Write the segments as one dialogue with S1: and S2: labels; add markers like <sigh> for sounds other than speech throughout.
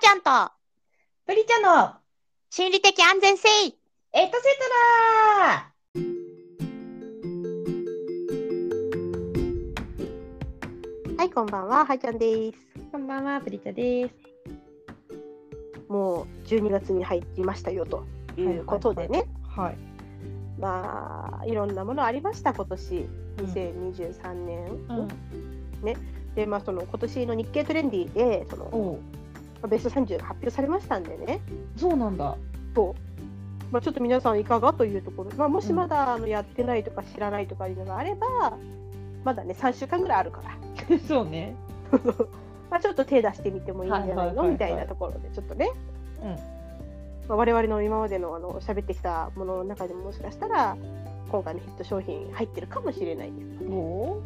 S1: ちゃんと
S2: プリチャの
S1: 心理的安全性
S2: エトセトラ
S1: はいこんばんははいちゃんです
S2: こんばんは、プリチャです。
S1: もう12月に入りましたよということでね、
S2: はい。
S1: まあいろんなものありました今年2023年、
S2: うん。
S1: でまあその今年の日経トレンディでその
S2: おう
S1: まあベスト30が発表されましたんでね
S2: そうなんだ。 <laughs>
S1: そうまあ、ちょっと皆さんいかがというところ、まあ、もしまだあのやってないとか知らないとかいうのがあればまだね3週間ぐらいあるから
S2: そうね。
S1: まあ、ちょっと手出してみてもいいんじゃ
S2: はい
S1: な
S2: はいいはい
S1: の
S2: はい
S1: みたいなところでちょっとね、
S2: うん
S1: まあ、我々の今までのあの喋ってきたものの中でももしかしたら今回のヒット商品入ってるかもしれないですけどね
S2: お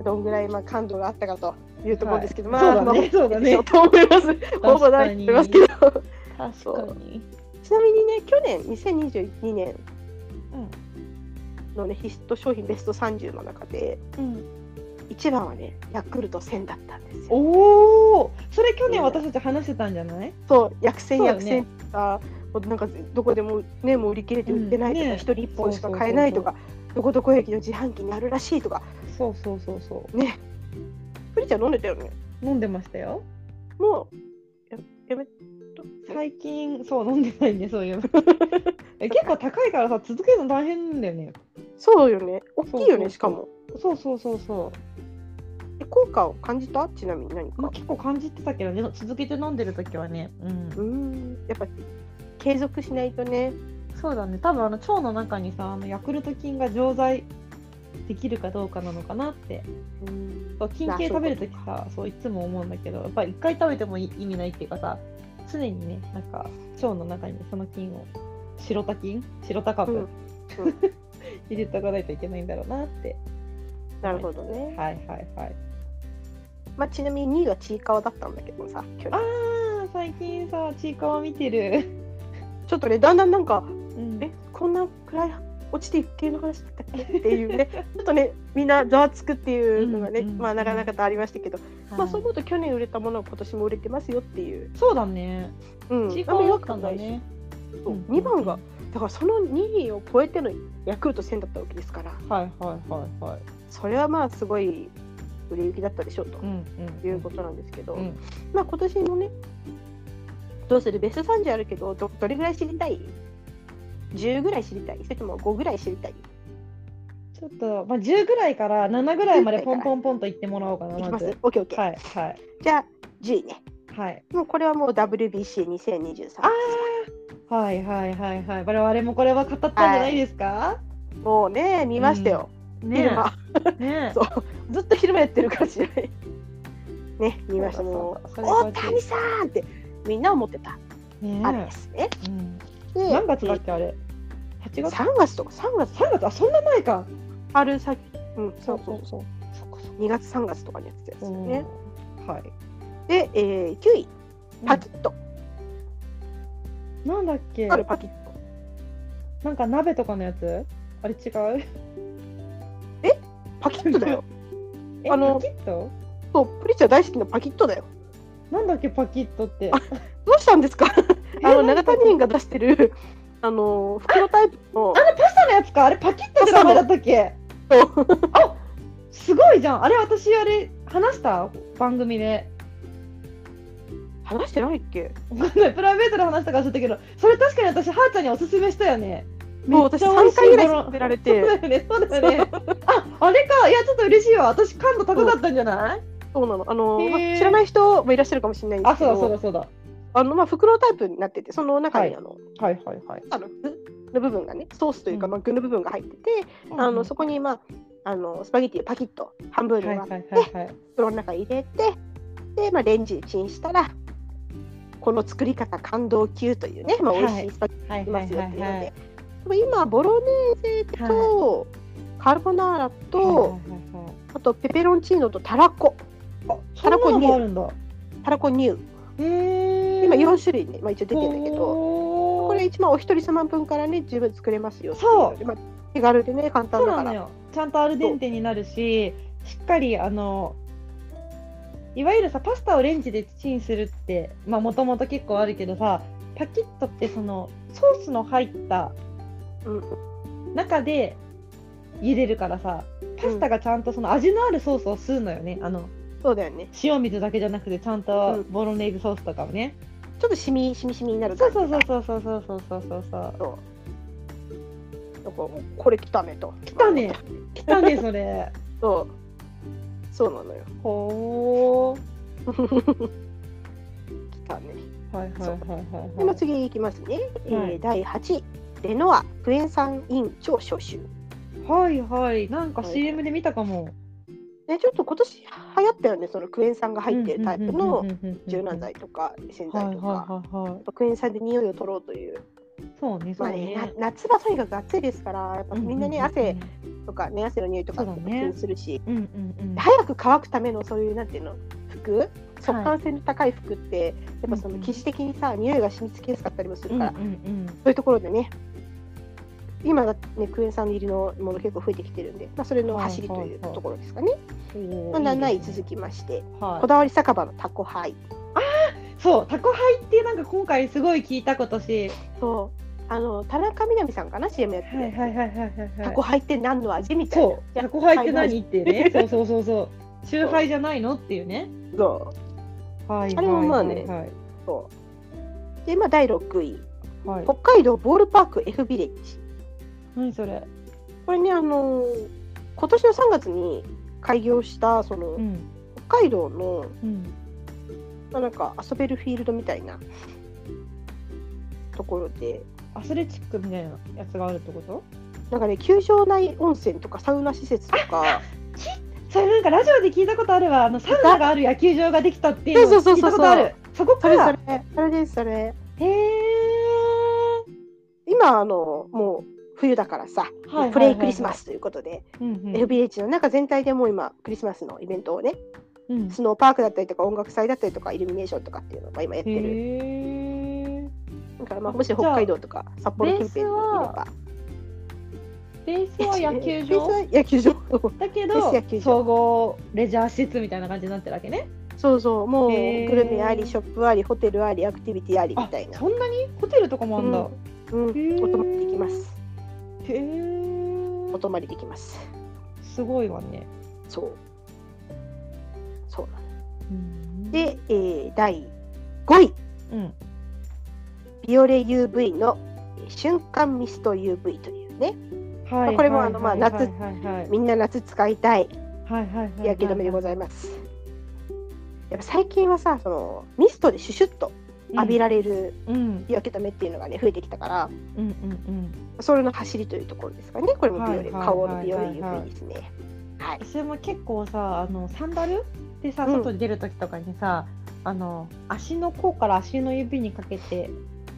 S2: う
S1: どんぐらいまあ感動があったかというところですけど、
S2: はい
S1: まあ
S2: そうだね
S1: その
S2: そうだね
S1: と思いますほぼないと思いますけど
S2: 確かに。
S1: ちなみにね去年2022年
S2: うん。
S1: のねヒット商品ベスト30の中で
S2: うん、
S1: 一番はねヤクルト1000だったんですよ
S2: おおそれ去年私たち話してたんじゃない、
S1: そう薬膳
S2: そうだ
S1: 薬
S2: ね
S1: 膳とか、もうなんかどこでもねもう売り切れて売ってないと
S2: うん
S1: か
S2: ね
S1: 一、人一本しか買えないとかどこどこ駅の自販機にあるらしいとか
S2: そうそうそうそ
S1: ねプリちゃん飲んでたよね
S2: う飲んでましたよ
S1: もうややめと
S2: 最近そう飲んでないねそういう
S1: <laughs>
S2: え結構高いからさ続けるの大変なんだよね
S1: そうよね大きいよね
S2: そうそうそう
S1: しかも
S2: そうそうそうそ
S1: え効果を感じたちなみに何
S2: う、ま
S1: か
S2: あ、結構感じてたけどね続けて飲んでる時はねうん
S1: うーんやっぱ継続しないとね
S2: そうだね多分あの腸の中にさあのヤクルト菌が常在できるかどうかなのかなって
S1: うん
S2: そう菌
S1: あ
S2: 系
S1: そう
S2: 食べるときさそういつも思うんだけどやっぱり1回食べてもい意味ないっていうかさ常にねなんか腸の中にその菌を白タ菌白タ株、
S1: うんうん
S2: <laughs> 入れておかないといけないんだろうなって
S1: なるほどね、
S2: はいはいはい
S1: まあ、ちなみに2位はちいかわだったんだけどさ去
S2: あ
S1: 年
S2: ー最近さちいかわ見
S1: <laughs>
S2: てる、
S1: ちょっとねだんだんなんか
S2: うん
S1: えこんな暗い落ちていく系の話だったっけっていうね <laughs> ちょっとねみんなざわつくっていうのがね、
S2: うんうん
S1: まあ、なかなかとありましたけど、まあ、そう
S2: はい
S1: 思うと去年売れたものは今年も売れてますよっていう、
S2: そうだね
S1: うん、
S2: ちいかわ
S1: あんま良
S2: だっ
S1: く
S2: たんだ
S1: ないし
S2: ね
S1: そう
S2: うん
S1: 2番がだからその2位を超えてのヤクルト1000だったわけですから
S2: はいはいはいはい
S1: それはまあすごい売れ行きだったでしょうと
S2: うんうん
S1: いうことなんですけど、
S2: うん
S1: まあ、今年のねどうするベスト30あるけどどどれぐらい知りたい ?10 ぐらい知りたいそれとも5ぐらい知りたい
S2: ちょっと、まあ、10ぐらいから7ぐらいまでポンポンポンと言ってもらおうかな、
S1: いき
S2: ま
S1: ます
S2: ず。
S1: オッケーオッケー
S2: はいはい
S1: じゃあ10位ね。
S2: はい。
S1: もうこれはもう WBC2023。
S2: ああはいはいはいはい。我々もこれは語ったんじゃないですか、
S1: もうね見ましたよ。
S2: ね
S1: 昼間
S2: え。ね
S1: そうずっと昼間やってるからしない。ね見ましたもう
S2: そうだそう
S1: 大
S2: だ
S1: 谷さんってみんな思ってた
S2: え。ね
S1: あれですね。
S2: え。うん、
S1: で
S2: 何月だっけあれ ?8 月 ?3
S1: 3月とか3月
S2: 月あ、そんな前か。
S1: 春先うんそうそう
S2: そう。そっかそっ
S1: 2月3月とかにやってたやつ
S2: か。
S1: よね。
S2: うんはい。
S1: で、えー、9位パキッと、
S2: なんだっけ
S1: あるパキッと
S2: なんか鍋とかのやつあれ違う
S1: パキッとだよ。
S2: え
S1: あの
S2: パキッと
S1: そうプリチャー大好きなパキッとだよ。
S2: なんだっけパキッとって。
S1: どうしたんですかあの長谷園
S2: が。
S1: が出してる <laughs> あの袋タイプの
S2: あのパスタのやつかあれパキッとって名前だったっけすごいじゃんあれ私あれ話した番組で <laughs>
S1: 話してないっけ
S2: わかんないプライベートで話したからちょっとけどそれ確かに私はーちゃんにおすすめしたよね
S1: もう私3回ぐらい勧められ
S2: そうだ
S1: て、
S2: よねそうだよねああれかいやちょっと嬉しいわ私感度高かったんじゃない
S1: そうなの、あの
S2: へー
S1: まあ知らない人もいらっしゃるかもしれないんで
S2: あ
S1: すけ
S2: そうだそう
S1: ど、
S2: だそうだ
S1: あのまあ袋タイプになってて、その中
S2: は
S1: に
S2: い
S1: あの、
S2: はいはいはい
S1: あの具の部分がね、ソースというか
S2: うん
S1: まあ具の部分が入ってて、あのそこにまああのスパゲティをパキッと半分
S2: は
S1: に
S2: い
S1: 割
S2: は
S1: っ
S2: い
S1: て
S2: はいはい
S1: 袋の中に入れて、でまあレンジでチンしたら。この作り方感動級というね、まあ、
S2: はい
S1: 美味しいスパゲテ
S2: は
S1: ィ
S2: い
S1: が
S2: は
S1: ありま
S2: い
S1: すよ
S2: は
S1: っていうの
S2: い
S1: で、
S2: は
S1: で
S2: い
S1: も今ボロネーゼとカルボナーラと、あとペペロンチーノとたらこ
S2: あそんなのもあるんだ
S1: たらこ乳
S2: へえ
S1: 今4種類ね、まあ、一応出てんだけど
S2: ど
S1: これ一番お一人様分からね十分作れますよ
S2: そう
S1: っていのでまあ、手軽でね簡
S2: そ
S1: 単
S2: う
S1: だ
S2: な
S1: か
S2: の
S1: ら
S2: よちゃんとアルデンテになるししっかりあのいわゆるさパスタをレンジでチンするってまあもともと結構あるけどさパキッとってそのソースの入った
S1: うん
S2: 中で茹でるからさパスタがちゃんとその味のあるソースを吸うのよねあの
S1: そうだよね
S2: 塩水だけじゃなくてちゃん
S1: う
S2: と
S1: ん
S2: ボロネーゼソースとかもね、
S1: ちょっとしみしみしみになる
S2: そ
S1: 感
S2: う
S1: じ
S2: そうそうそうそうそうそうそうそうそう
S1: なんかこれ来たねと
S2: 来たね来たねそれ
S1: そうそうなのよ
S2: ほ
S1: 来たね
S2: ーはいはいはい
S1: で
S2: はい
S1: ま
S2: は
S1: あ次行きますね、えー
S2: はい
S1: 第8位レノアクエン酸イン超消臭
S2: いはいはいなんか
S1: はい
S2: CM で見たかも
S1: ねちょっと今年流行ったよねそのクエン酸が入ってるタイプの
S2: うんうんうんうんうんうん
S1: 柔軟剤とか洗
S2: は
S1: 剤
S2: いはい
S1: とか、
S2: はいはい
S1: クエン酸で匂いを取ろうという
S2: そうねそ
S1: ま
S2: う
S1: あね、な
S2: ね、
S1: 夏場とにかく暑いですからやっぱみんなね、汗とかね汗の匂いとか
S2: そうだ
S1: 気
S2: ね
S1: にするし、
S2: うんうんうん
S1: 早く乾くためのそういうなんていうの服速乾性の高い服って、やっぱそ
S2: うんう
S1: の
S2: ん
S1: 生地的にさ匂いが染み付きやすかったりもす
S2: う
S1: る
S2: んう
S1: から、
S2: ん
S1: そういうところでね今だってねクエン酸入りのもの結構増えてきてるんで、まあ、それの走りというところですかね、
S2: うん
S1: まあ7位続きまして、
S2: はい
S1: こだわり酒場のタコハイ
S2: そう、タコハイってなんか今回すごい聞いたことし、
S1: そうあの田中みな実さんかな CM やってて、
S2: いはいはいはい
S1: タコハイって何の味みたいな
S2: そう、タコハイって何っていうね、そうそうそうそう、シューハイじゃないのっていうね。
S1: そう
S2: はい
S1: あれもまあね
S2: はい
S1: そうで、まあ、第6位、
S2: はい。
S1: 北海道ボールパーク F ビレッジ。
S2: 何それ？
S1: これね、あのー今年の3月に開業した、その、
S2: うん
S1: 北海道の、
S2: うん。
S1: まあ、なんか遊べるフィールドみたいなところで、
S2: アスレチックみたいなやつがあるってこと？
S1: なんかね、球場内温泉とかサウナ施設とか、
S2: それなんかラジオで聞いたことあるわ。あのサウナがある野球場ができたっていうの
S1: そうそう
S2: 聞い
S1: そうそ
S2: た
S1: う
S2: ことある。そこ
S1: そ
S2: か
S1: れそ
S2: ら。
S1: れ、それです、それ。
S2: へえ。
S1: 今、あの、もう、冬だからさ、
S2: はいはいはいはい
S1: プレイクリスマスということで、
S2: うんうん
S1: F ビレッジの中全体でもう今、クリスマスのイベントをね、
S2: うん。
S1: スノーパークだったりとか、音楽祭だったりとか、イルミネーションとかっていうのが今やっ
S2: へ
S1: てる。
S2: え。
S1: だからまあもし北海道とか札幌近辺にいれば
S2: ベース
S1: <laughs>
S2: は野球
S1: ベース
S2: 場
S1: は。野球場 <laughs>
S2: だけ
S1: フェ
S2: ど
S1: ス野球場
S2: 総合レジャー施設みたいな感じになってるわけね
S1: そうそうもう
S2: へー
S1: グルメありショップありホテルありアクティビティありみ
S2: あ
S1: たいな
S2: そんなにホテルとかもあんだ、
S1: うんうん、
S2: ー
S1: お泊まりできます
S2: へ
S1: お泊まりできます
S2: えすごいわね、
S1: そうそうなの
S2: うん、、
S1: で、えー第5位
S2: うん、
S1: ビオレ UV のえー瞬間ミスト UV というね
S2: は
S1: これもあのまあ
S2: はいはい
S1: 夏
S2: はいはい
S1: みんな夏使いたい
S2: はいはいはい
S1: 焼き止めでご
S2: ざい
S1: ざいますやっぱ最近はさそのミストでシュシュッと浴びられる
S2: うんうん
S1: 日焼け止めっていうのがね増えてきたから
S2: うんうん
S1: それの走りというところですかね。これも美容
S2: はい
S1: 院、
S2: はい
S1: 顔の美容院
S2: はいはい
S1: UV ですね。はい。
S2: それも結構さあのサンダルでさ
S1: うん
S2: 外に出る時とかにさ、あの足の甲から足の指にかけて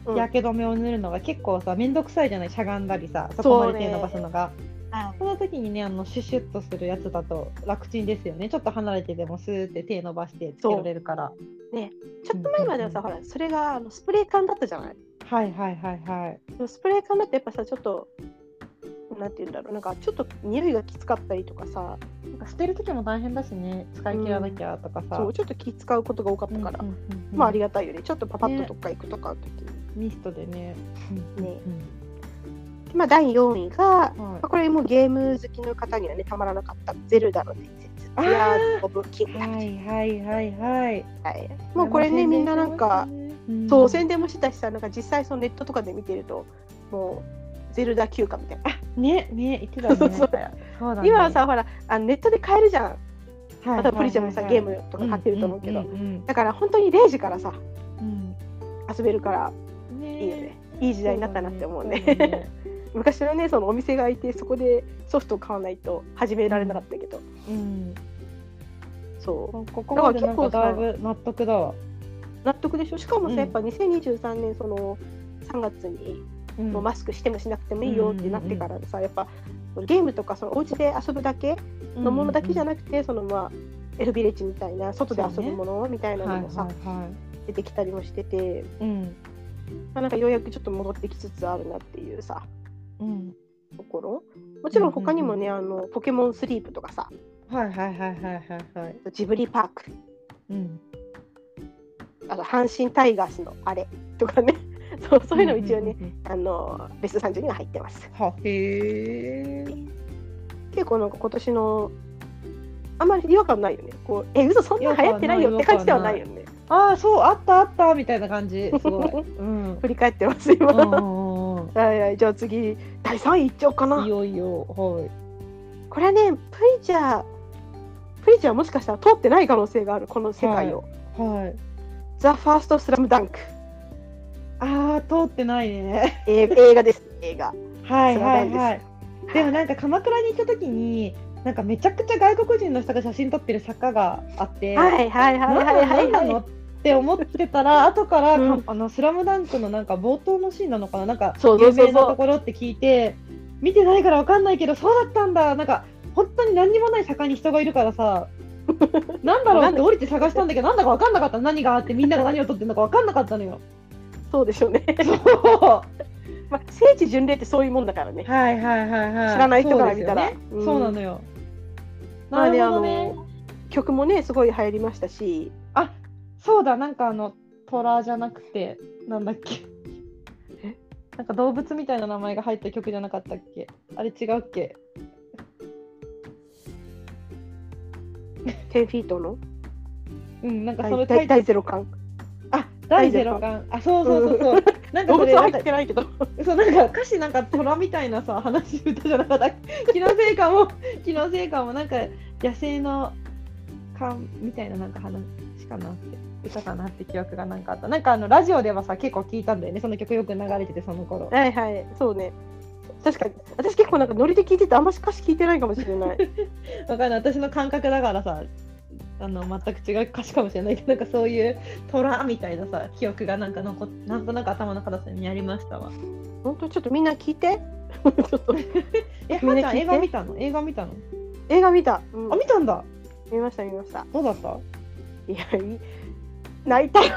S1: うん
S2: 日焼け止めを塗るのが結構さ面倒くさいじゃないしゃがんだりさそこまで手伸ばすのが、その時にねあのシュシュッとするやつだと楽ちんですよねちょっと離れてでもスーって手伸ばしてつけられるから
S1: ちょっと前まではさ、
S2: うん
S1: ほら、それがあのスプレー缶だったじゃない。
S2: はいはいはいはい
S1: でもスプレー缶だってやっぱさ、ちょっと、なんて言うんだろう、なんかちょっと匂いがきつかったりとかさ、
S2: なんか捨てる時も大変だしね使い切らなきゃとかさ、
S1: そうちょっと気使うことが多かったから、
S2: うんうんうんうん
S1: まあありがたいよね。ちょっとパパッとどっか行くとかの時に。
S2: ミストでねうん
S1: ねでまあ第4位が、
S2: うんうんは
S1: ま
S2: い
S1: あこれもゲーム好きの方にはね、たまらなかった、ゼルダの伝説、テ
S2: あー
S1: ィアーズ・オブ・キングダム
S2: はいはいはいはい
S1: はいもうこれね、みんななんか、そう宣伝もしてたしさなんか実際そのネットとかで見てると伝もうゼルダ休暇みたいな、
S2: ねね言ってたね
S1: そうそう
S2: そうだね
S1: 今はさほらあのネットで買えるじゃん
S2: はい
S1: またプリちゃんもさ
S2: はいは
S1: ゲ
S2: い
S1: ー
S2: はい
S1: ムとか買ってると思うけど、
S2: んん
S1: だから本当に0時からさ
S2: うん
S1: 遊べるから
S2: うん
S1: いいよねいい時代になったなって思うね
S2: そうだね
S1: 昔のねそのお店が開いてそこでソフトを買わないと始められなかったけど、
S2: うん
S1: そう
S2: ここまでなんかだいぶ納得だわ。
S1: 納得でしょしかもさ、
S2: うん
S1: やっぱ2023年その3月に
S2: うん
S1: もうマスクしてもしなくてもいいよってなってからさ、やっぱゲームとかそのお家で遊ぶだけのものだけじゃ
S2: な
S1: なくて、そのまあエルビレッジみたいな外で遊ぶものみたいなのもさ、
S2: はいはいは
S1: 出てきたりもしてて、
S2: い。うん
S1: まあ、なんかようやくちょっと戻ってきつつあるなっていうさ
S2: うん。
S1: ところもちろん他にもね、あのポケモンスリープとかさ
S2: はいはいはいはいはいはい。
S1: ジブリパーク
S2: うん。
S1: あの阪神タイガースのあれとかね <laughs> そうそういうのも一応ね、
S2: んうんうん
S1: あのベスト30には入ってます
S2: うん。はへー
S1: 結構なんか今年のあんまり違和感ないよねこうえ嘘そんな流行ってないよって感じではないよね
S2: ああそうあったあったみたいな感じすごい。うん。
S1: 振り返ってます今、
S2: うんうんうん
S1: <laughs> はいはいじゃあ次第3位いっちゃおうかない
S2: よいよはい。
S1: これはねプリチャープリチャーもしかしたら通ってない可能性があるこの世界を、
S2: はい。
S1: ザ・ファースト・スラムダンク、
S2: ああ通ってないね。 <laughs>
S1: えー映画です映画
S2: はいはい
S1: そう
S2: は。
S1: ない
S2: でもなんか鎌倉に行った時になんかめちゃくちゃ外国人の人が写真撮ってる坂があって、
S1: はいはいはいはいは
S2: なん
S1: い
S2: な
S1: は
S2: のなん
S1: い
S2: なのって思ってたら後から、
S1: うん
S2: あのスラムダンクのなんか冒頭のシーンなのかななんか
S1: そうそう
S2: 有
S1: そうそう
S2: 名なところって聞いて見てないからわかんないけどそうだったんだなんか本当に何にもない坂に人がいるからさ
S1: <laughs>
S2: なんだろうって降りて探したんだけどなんだかわかんなかった何があってみんなが何を撮ってるのかわかんなかった
S1: <laughs>
S2: のよ。
S1: そうでしょうね、
S2: は
S1: まあ、聖地巡礼ってそういうもんだからね
S2: いはいはいはい。
S1: 知らない人から見たら
S2: そうですよね
S1: うん
S2: そうなのよ。
S1: ま
S2: な
S1: あね
S2: るほどね
S1: あ。の曲もねすごい流行りましたし
S2: そうだ、なんかあの、虎じゃなくて、なんだっけ。えなんか動物みたいな名前が入った曲じゃなかったっけあれ違うっけ
S1: 10フィートの
S2: うん、なんかそれ
S1: 第
S2: タイ
S1: 第第ゼ
S2: トル
S1: ロ感
S2: あ、第ゼロ感。あ、そうそうそう <laughs> そう。なんか
S1: 動
S2: そ
S1: 物
S2: れ、
S1: は
S2: な
S1: 入
S2: んか
S1: っ、てないけど
S2: そうなんか歌詞なんか虎みたいなさ、話歌じゃなかったっ
S1: <laughs>
S2: け。気のせいかも、気のせいかも、なんか野生の感みたいななんか話かなって。歌かなって記憶がなんかあったなんかあのラジオではさ結構聞いたんだよねその曲よく流れててその頃
S1: はいはいそうね確かに私結構なんかノリで聞いててあんまし歌詞聞いてないかもしれない
S2: <laughs> わかんない私の感覚だからさあの全く違う歌詞かもしれないけどなんかそういう虎みたいなさ記憶がなんか残っなんとなく頭の片隅にありましたわ
S1: 本当にちょっとみんな聞い
S2: <laughs>
S1: てちょっと
S2: えは
S1: みん
S2: ー
S1: な
S2: ち
S1: 聞
S2: ゃん
S1: いて
S2: 映画見たの映画見たの
S1: 映画見た、うん
S2: あ見たんだ
S1: 見ました見ました
S2: どうだった
S1: いやいい泣いたよ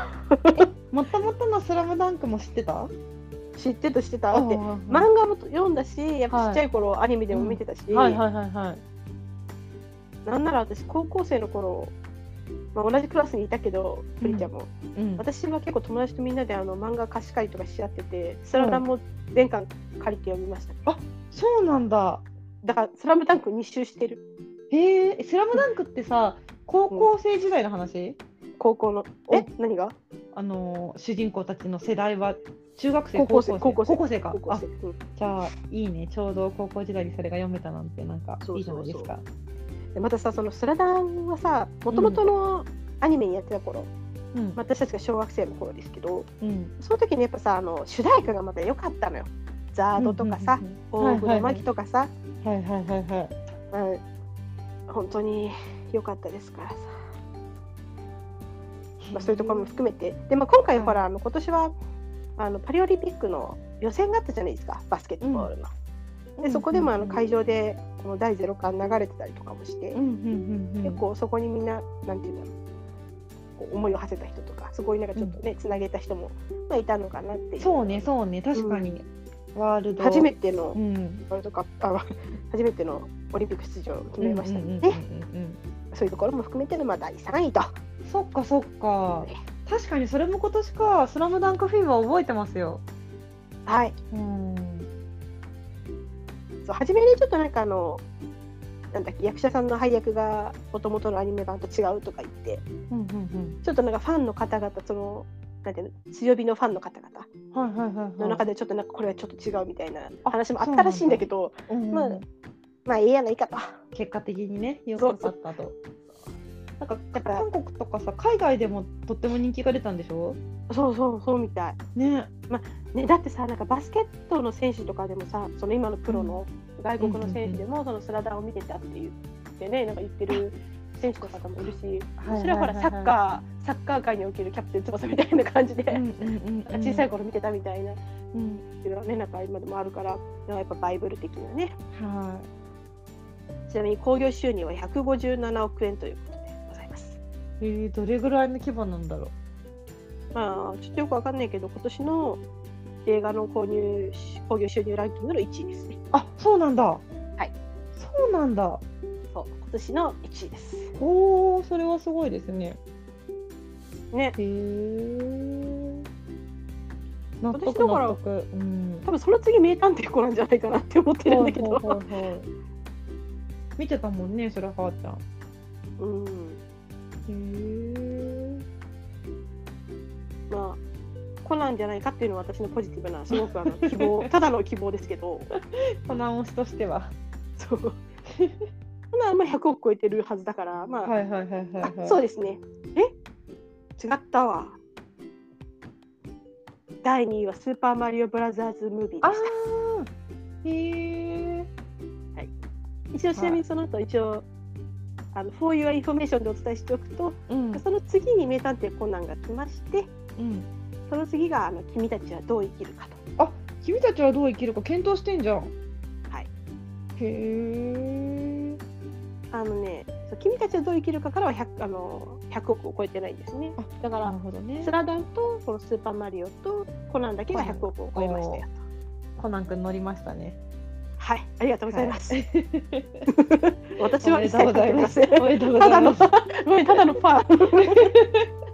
S2: もともとの「スラムダンクも知ってた
S1: 知ってた知ってた
S2: あ
S1: だって
S2: は
S1: 漫画も読んだしやっぱちっちゃい頃アニメでも見てたし、
S2: いはいはいはい
S1: なんなら私高校生の頃、まあ、同じクラスにいたけどプリちゃんも、
S2: うん
S1: 私は結構友達とみんなであの漫画貸し借りとかし合ってて「スラダンも全巻借りて読みました、
S2: そうなんだ
S1: だから「スラムダンク2周してる
S2: へえ「スラムダンクってさ高校生時代の話
S1: 高校の
S2: お
S1: え何が
S2: あの主人公たちの世代は中学生
S1: 高校生
S2: 高校
S1: 高
S2: 生高校生か
S1: 高校
S2: あ
S1: 生、うん
S2: じゃあいいねちょうど高校時代にそれが読めたなんてなんか
S1: そ
S2: いいうじゃ
S1: そ
S2: ないう
S1: そう
S2: ですか。
S1: でまたさその「スラダンはさもともとのアニメにやってた頃、
S2: うん
S1: 私たちが小学生の頃ですけど
S2: うん
S1: その時にやっぱさあの主題歌がまた良かったのよ「ザード」とかさ「
S2: うんうんうん
S1: 大黒摩季」とかさ、
S2: はいはいはいはい。
S1: うん本当に良かったですからさ、まあ、そういうところも含めてで、まあ、今回
S2: はい
S1: ほらあの今年はあのパリオリンピックの予選があったじゃないですかバスケットボールの。でそこでもあの会場でこの第0巻流れてたりとかもして、
S2: うんうんうんうん
S1: 結構そこにみんななんていうんだろうこう思いを馳せた人とかそこになんかちょっとねつな、げた人も、まあ、いたのかなっていう
S2: そうねそうね確かにワールド
S1: 初め
S2: て
S1: ての
S2: うん
S1: ワールドカップあ初めてのオリンピック出場を決めましたので、ね
S2: うんうんうんうんうん
S1: そういうところも含めてのまあ第3位と。
S2: そっかそっか確かにそれも今年か「スラムダンクフィーバー覚えてますよ。
S1: はい、
S2: うん
S1: そう初めにちょっとなんかあのなんだっけ役者さんの配役がもともとのアニメ版と違うとか言って
S2: うんうん
S1: ちょっとなんかファンの方々そのなんていうの強火のファンの方々
S2: うんはいはいはいはい。
S1: の中
S2: で、
S1: でちょっとなんかこれはちょっと違うみたいな
S2: あ
S1: 話もあったらしいんだけど
S2: うんうん
S1: まあまあええやないかと。
S2: 結果的にね良かったと。なんか
S1: だから
S2: 韓国とかさ海外でもとっても人気が出たんでしょ
S1: そうそうそうみたい、
S2: ね
S1: ね、だってさなんかバスケットの選手とかでもさその今のプロの外国の選手でもそのスラダンを見てたって言ってねなんか言ってる選手の方もいるしそれはほらサッ
S2: ー、
S1: カーサッカー界におけるキャプテン翼みたいな感じで、
S2: うん
S1: なんか
S2: うんうん、
S1: 小さい頃見てたみたいなっ
S2: うん、
S1: ていうのはねなんか今でもあるからなんかやっぱバイブル的なね
S2: は
S1: ちなみに興行収入は157億円ということでございます。
S2: い、えー、どれぐらいの規模なんだろ
S1: まあちょっとよくわかんないけど今年の映画の購入し興行収入ランキングの1位ですね。
S2: うあそうなんだはいそうなんだ
S1: そう今年の1位です。
S2: おーそれはすごいですね
S1: ね
S2: へえ。納
S1: 私
S2: 得
S1: だから
S2: 納得。うん。
S1: 多分その次名探偵コナンじゃないかなって思ってるんだけ
S2: ほうほう
S1: ど、
S2: ほうほう見てたもんね、それはーちゃん。
S1: うん、
S2: へえ。
S1: まあコナンじゃないかっていうのは私のポジティブなすごくあの希
S2: <laughs>
S1: 望ただの希望ですけど
S2: コナン推しとしては。
S1: そうコナンも100億超えてるはずだからまあ、
S2: はいはいはいはい、は
S1: あ
S2: い。
S1: そう
S2: う
S1: ですねえ違ったわ第2位は「スーパーマリオブラザーズ・ムービー」
S2: あ
S1: でした
S2: ーへえ。
S1: 一応ちなみにその後一応「あの For Your Information」でお伝えしておくと、
S2: うん。
S1: その次に名探偵コナンが来まして
S2: うん。
S1: その次があの「君たちはどう生きるか」と。
S2: 君たちはどう生きるか検討してんじゃん。
S1: はい。
S2: へえ。
S1: あのね、そう君たちはどう生きるかからは 100, あの100億を超えてないんですね。だか
S2: な
S1: ら
S2: る、ほどね
S1: ス。ラダンとこのスーパーマリオとコナンだけが100億を超えましたよと。
S2: コナン君乗りましたね。
S1: はい、ありがとうございます。
S2: はい。 <laughs>
S1: 私
S2: お
S1: は
S2: め
S1: 一
S2: でと
S1: 切関
S2: うござ
S1: 係
S2: い
S1: ま
S2: ま
S1: せ <laughs>
S2: す。
S1: ん。
S2: おめでとうござ
S1: ただ
S2: い
S1: の
S2: ます。
S1: ごめんただのファン。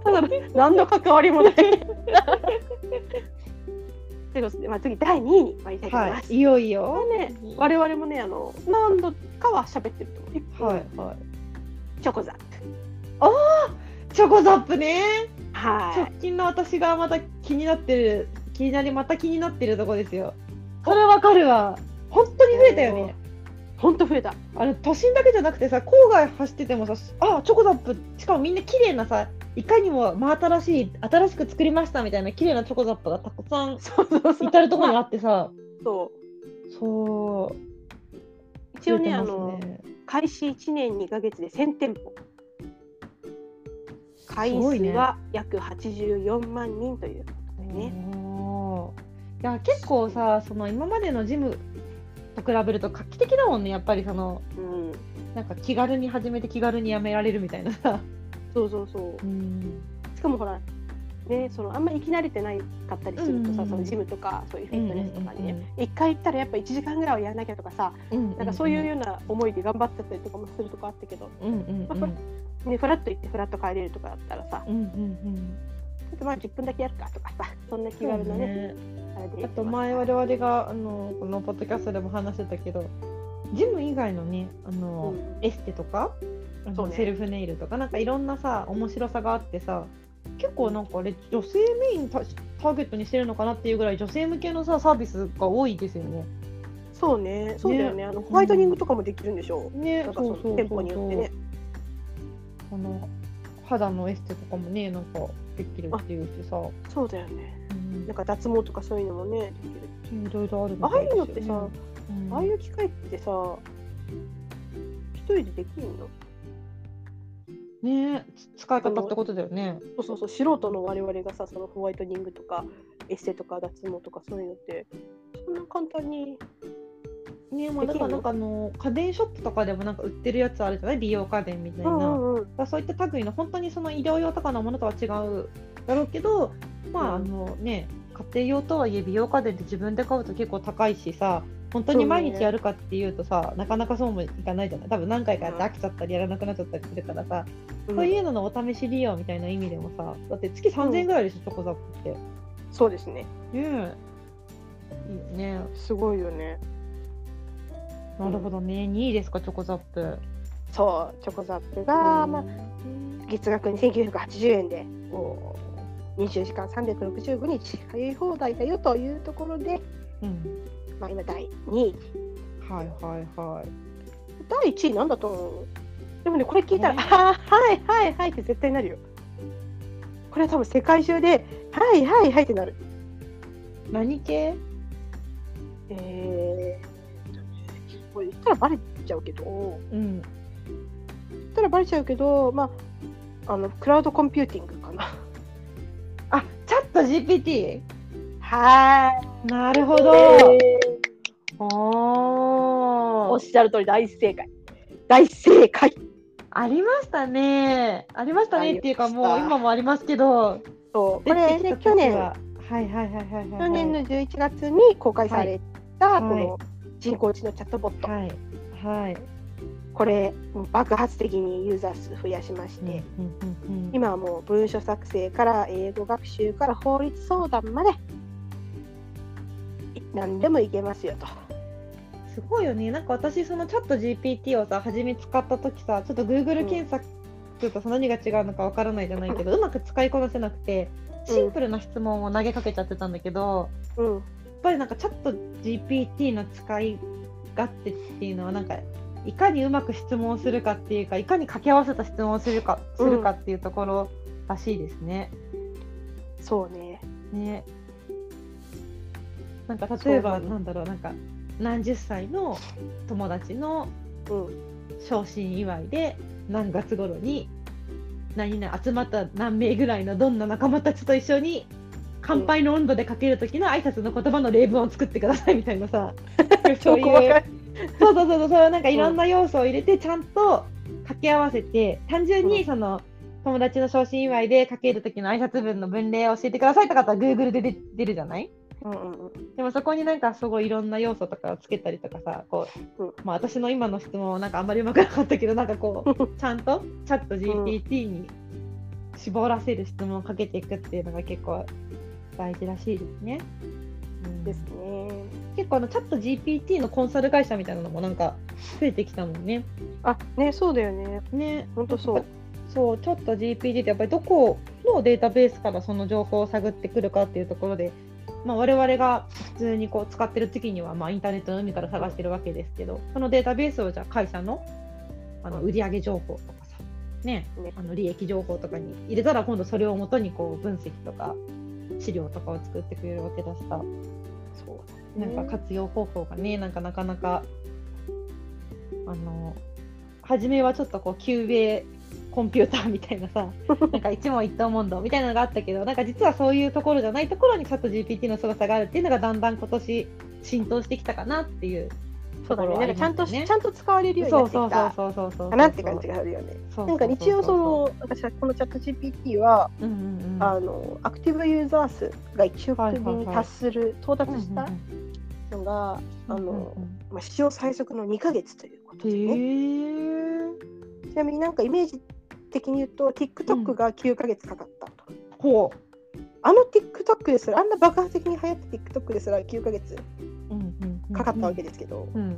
S1: ただの何の関わりもない。 <laughs> ということで、まあ、次第2位に参りたいと思い
S2: は
S1: ます。
S2: い。いよいよ。
S1: これね、我々もねあの何度かは喋ってると思う。一本
S2: はいはい。
S1: チョコザッ
S2: チョコザップね。
S1: プ。はい
S2: 直。近の私がまた気になってる気になりまた気になってるとこですよそれわかるわ本当に増えたよね
S1: 本当増えた。
S2: あの都心だけじゃなくてさ郊外走っててもさあチョコザップしかもみんな綺麗なさいかにも真新しい新しく作りましたみたいな綺麗なチョコザップがたくさん
S1: そうそうそう。
S2: 至る所にあってさ
S1: そう。
S2: そう
S1: 一応ね
S2: 増えて
S1: あ
S2: ます
S1: の開始1年2ヶ月で1000店舗会員
S2: すごい
S1: 数
S2: ね
S1: は約84万人ということでね
S2: おーいや結構さその今までのジムと比べると画期的だもんねやっぱりその
S1: うん、
S2: なんか気軽に始めて気軽にやめられるみたいなさ。
S1: そうそうそ
S2: うん。
S1: うしかもほらねそのあんまり生き慣れてないかったりするとさ、
S2: うんうんうん
S1: そのジムとかそういうフィットネスとかにね、
S2: うんうんうん
S1: 一回行ったらやっぱ1時間ぐらいはやらなきゃとかさ
S2: な
S1: なんかそういうような思いで頑張ってたりとかもするとこあったけど、
S2: うんうん
S1: まあこれね、フラッと行ってフラッと帰れるとかだったらさ
S2: うんうん
S1: ちょっとまあ10分だけやるかとかさそんな気
S2: うん。
S1: 軽なね
S2: ね。
S1: あれで
S2: あと前我々があのこのポッドキャストでも話してたけど、ジム以外のねあの、
S1: うん
S2: エステとか、あ
S1: そう
S2: の
S1: ね
S2: セルフネイルとかなんかいろんなさ面白さがあってさ。結構なんかあれ女性メインタターゲットにしてるのかなっていうぐらい女性向けのさサービスが多いですよね。
S1: そうねそうだよねあのホワイトニングとかもできるんでしょう、
S2: ね
S1: なんか
S2: そう
S1: その
S2: そうそうそう。
S1: 店舗によってね。
S2: この肌のエステとかもねなんかできるっていうしさ、
S1: そうだよね。
S2: うん
S1: なんか脱毛とかそういうのもね、できる。
S2: いろいろあるみ
S1: ああ
S2: た
S1: い
S2: いう
S1: のっ
S2: で
S1: て
S2: す
S1: さ、
S2: よね、うん
S1: ああいう機械ってさ、一人でできるの？
S2: ねつ使い方ってことだよね。
S1: そうそうそう、素人の我々がさ、そのホワイトニングとかエステとか脱毛とかそういうのって、そんな簡単に、
S2: ねまあ、
S1: で
S2: だ
S1: き
S2: か
S1: る
S2: らなんかあの家電ショップとかでもなんか売ってるやつあるじゃない美容家電みたいな、だか
S1: んうん
S2: らそういった類の本当にその医療用とかのものとは違うだろうけどまああ
S1: うん
S2: のね家庭用とはいえ美容家電って自分で買うと結構高いしさ本当に毎日やるかっていうとさ、なかなかそうもいかないじゃない多分何回かやって飽きちゃったりやらなくなっちゃったりするからさ、
S1: うん
S2: そういうののお試し利用みたいな意味でもさだって月3000円ぐらいでしょ、チョコザップって。ね
S1: そうですね。
S2: えいいよね
S1: すごいよね。
S2: なるほどね2位ですかチョコザップ。
S1: そう、チョコザップが、まあ
S2: うん
S1: 月額2980円で。
S2: お
S1: 20時間365日通い放題だよというところで、
S2: ーうん、
S1: まあ、今第2位
S2: はいはいはい。
S1: 第1位なんだと思うでもねこれ聞いたら「
S2: ね
S1: あーはいはいはい」って絶対なるよこれは多分世界中で「はいはいはい」ってなる
S2: 何系
S1: えーっとねこれ言ったらバレちゃうけど言
S2: うん。
S1: ったらバレちゃうけどまああのクラウドコンピューティングかな
S2: あチャット GPT?
S1: は
S2: なるほ
S1: ーい
S2: ど。
S1: えー
S2: お
S1: おっ
S2: お。
S1: しゃる通り大正解大正解
S2: ありましたね。ありました
S1: ありました
S2: ねっていうかもう今もありますけど。
S1: そうこ
S2: 出
S1: れ
S2: てきた
S1: ね
S2: 時
S1: 去年
S2: ははいはいはいはいはい。
S1: 去年の11月に公開された、
S2: い
S1: この人工知能チャットボット、
S2: はいはい。
S1: これもう爆発的にユーザー数増やしまして、
S2: うんうんうん
S1: 今はもう文書作成から英語学習から法律相談までい何でもいけますよと。
S2: すごいよねなんか私そのチャット GPT をさ初め使った時さちょっと Google 検索とさ何が違うのかわからないじゃないけど、うまく使いこなせなくてシンプルな質問を投げかけちゃってたんだけど、
S1: うん、
S2: やっぱりなんかチャット GPT の使い勝手っていうのはなんかいかにうまく質問をするかっていうかいかに掛け合わせた質問をするかするかっていうところらしいですね。
S1: そうね。
S2: ねなんか例えば
S1: そう
S2: なんだろうなんか何十歳の友達の
S1: うん。
S2: 昇進祝いで何月頃に何々集まった何名ぐらいのどんな仲間たちと一緒に乾杯の温度でかける時の挨拶の言葉の例文を作ってくださいみたいなさ <laughs> そう
S1: 細
S2: い
S1: か
S2: う
S1: い
S2: そうそうそうそうなんかいろんな要素を入れてちゃんと掛け合わせて単
S1: う
S2: 純に
S1: ん
S2: その友達の昇進祝いでかける時の挨拶文の文例を教えてくださいとかだったら Google で出出るじゃない
S1: うんうんうん。
S2: でもそこになんかすごいいろんな要素とかをつけたりとかさこう、
S1: うん
S2: まあ、私の今の質問はなんかあんまりうまくなかった
S1: <laughs>
S2: けどなんかこうちゃんとチャット GPT に絞らせる質問をかけていくっていうのが結構大事らしいですね。うん
S1: ですね。
S2: 結構あのチャット GPT のコンサル会社みたいなのもなんか増えてきたもんね。
S1: あねそうだよね。
S2: ね
S1: 本当そう。
S2: そうチャット GPT ってやっぱりどこのデータベースからその情報を探ってくるかっていうところで、まあ、我々が普通にこう使ってる時にはまあインターネットの海から探してるわけですけどそのデータベースをじゃあ会社のあの売上情報とかさ、ね
S1: ね、
S2: あの利益情報とかに入れたら今度それをもとにこう分析とか資料とかを作ってくれるわけだしさ
S1: そう。
S2: なんか活用方法がね、なんかなかなか、あの、初めはちょっとこう、旧米コンピューターみたい
S1: <laughs>
S2: なさ、なんか一問一答問答みたいなのがあったけど、なんか実はそういうところじゃないところにチャット GPT の凄さがあるっていうのがだんだん今年浸透してきたかなっていう
S1: そ
S2: と
S1: うだ
S2: ころ
S1: ね。
S2: はあ
S1: なんかちゃんと
S2: りますよ
S1: し
S2: ね。
S1: ちゃんと使われるようになってき
S2: そうそう
S1: た
S2: そうそうそうそう。
S1: かなって感じがあるよね。
S2: そうそうそう。
S1: なんか一応その私はこのチャット GPT は、
S2: うんうんうん、
S1: あのアクティブユーザー数が1億人に達する、
S2: うんうんうん、
S1: 到達したのが、あの、
S2: うんうん
S1: まあ、史上最速の2ヶ月ということ
S2: うん、
S1: で、ね
S2: へえ。
S1: ちなみになんかイメージ的に言うと TikTok が9ヶ月かかったと、
S2: ほ
S1: あの TikTok ですらあんな爆発的に流行った TikTok ですら9ヶ月
S2: う。うんうんうん
S1: かかったわけですけど、
S2: うん。
S1: ま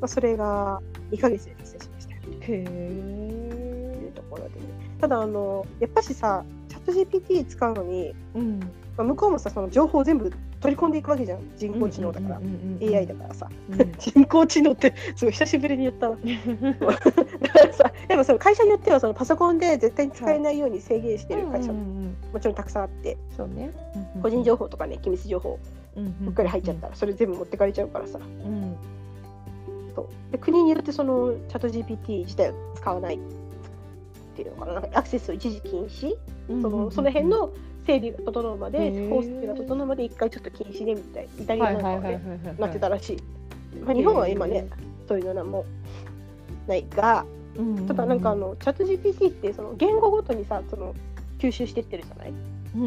S1: あ、それが2ヶ月で達成しましたと
S2: へ
S1: いう
S2: え。
S1: ところで、ね、ただあのやっぱしさチャット GPT 使うのに、
S2: うん。
S1: まあ、向こうもさその情報を全部取り込んでいくわけじゃん人工知能だから、
S2: うんうんうんうん
S1: AI だからさ
S2: うん
S1: 人工知能ってすごい久しぶりに言ったなだからさ <laughs> でもその会社によってはそのパソコンで絶対に使えないように制限してる会社
S2: うん
S1: も
S2: うんうん
S1: もちろんたくさんあって、
S2: そうね。
S1: 個人情報とかね機密情報
S2: 報
S1: ばっかり入っちゃった。らそれ全部持ってかれちゃうからさ
S2: うんうんうん
S1: そうで国によってそのチャット GPT 自体を使わないっていうのかななんかアクセスを一時禁止
S2: うん
S1: そのその辺の整備が整うま
S2: へ
S1: で
S2: ー
S1: 法整備が整うまで一回ちょっと禁止ねみたいなイタリ
S2: は
S1: ア
S2: い
S1: なんか
S2: はい
S1: は
S2: はいはい
S1: ね
S2: はい。
S1: なってたらしい、まあ、日本は今ねそういうのなんもないが
S2: うんうんうん。
S1: ただなんかあのチャット GPT ってその言語ごとにさその吸収してってるじゃない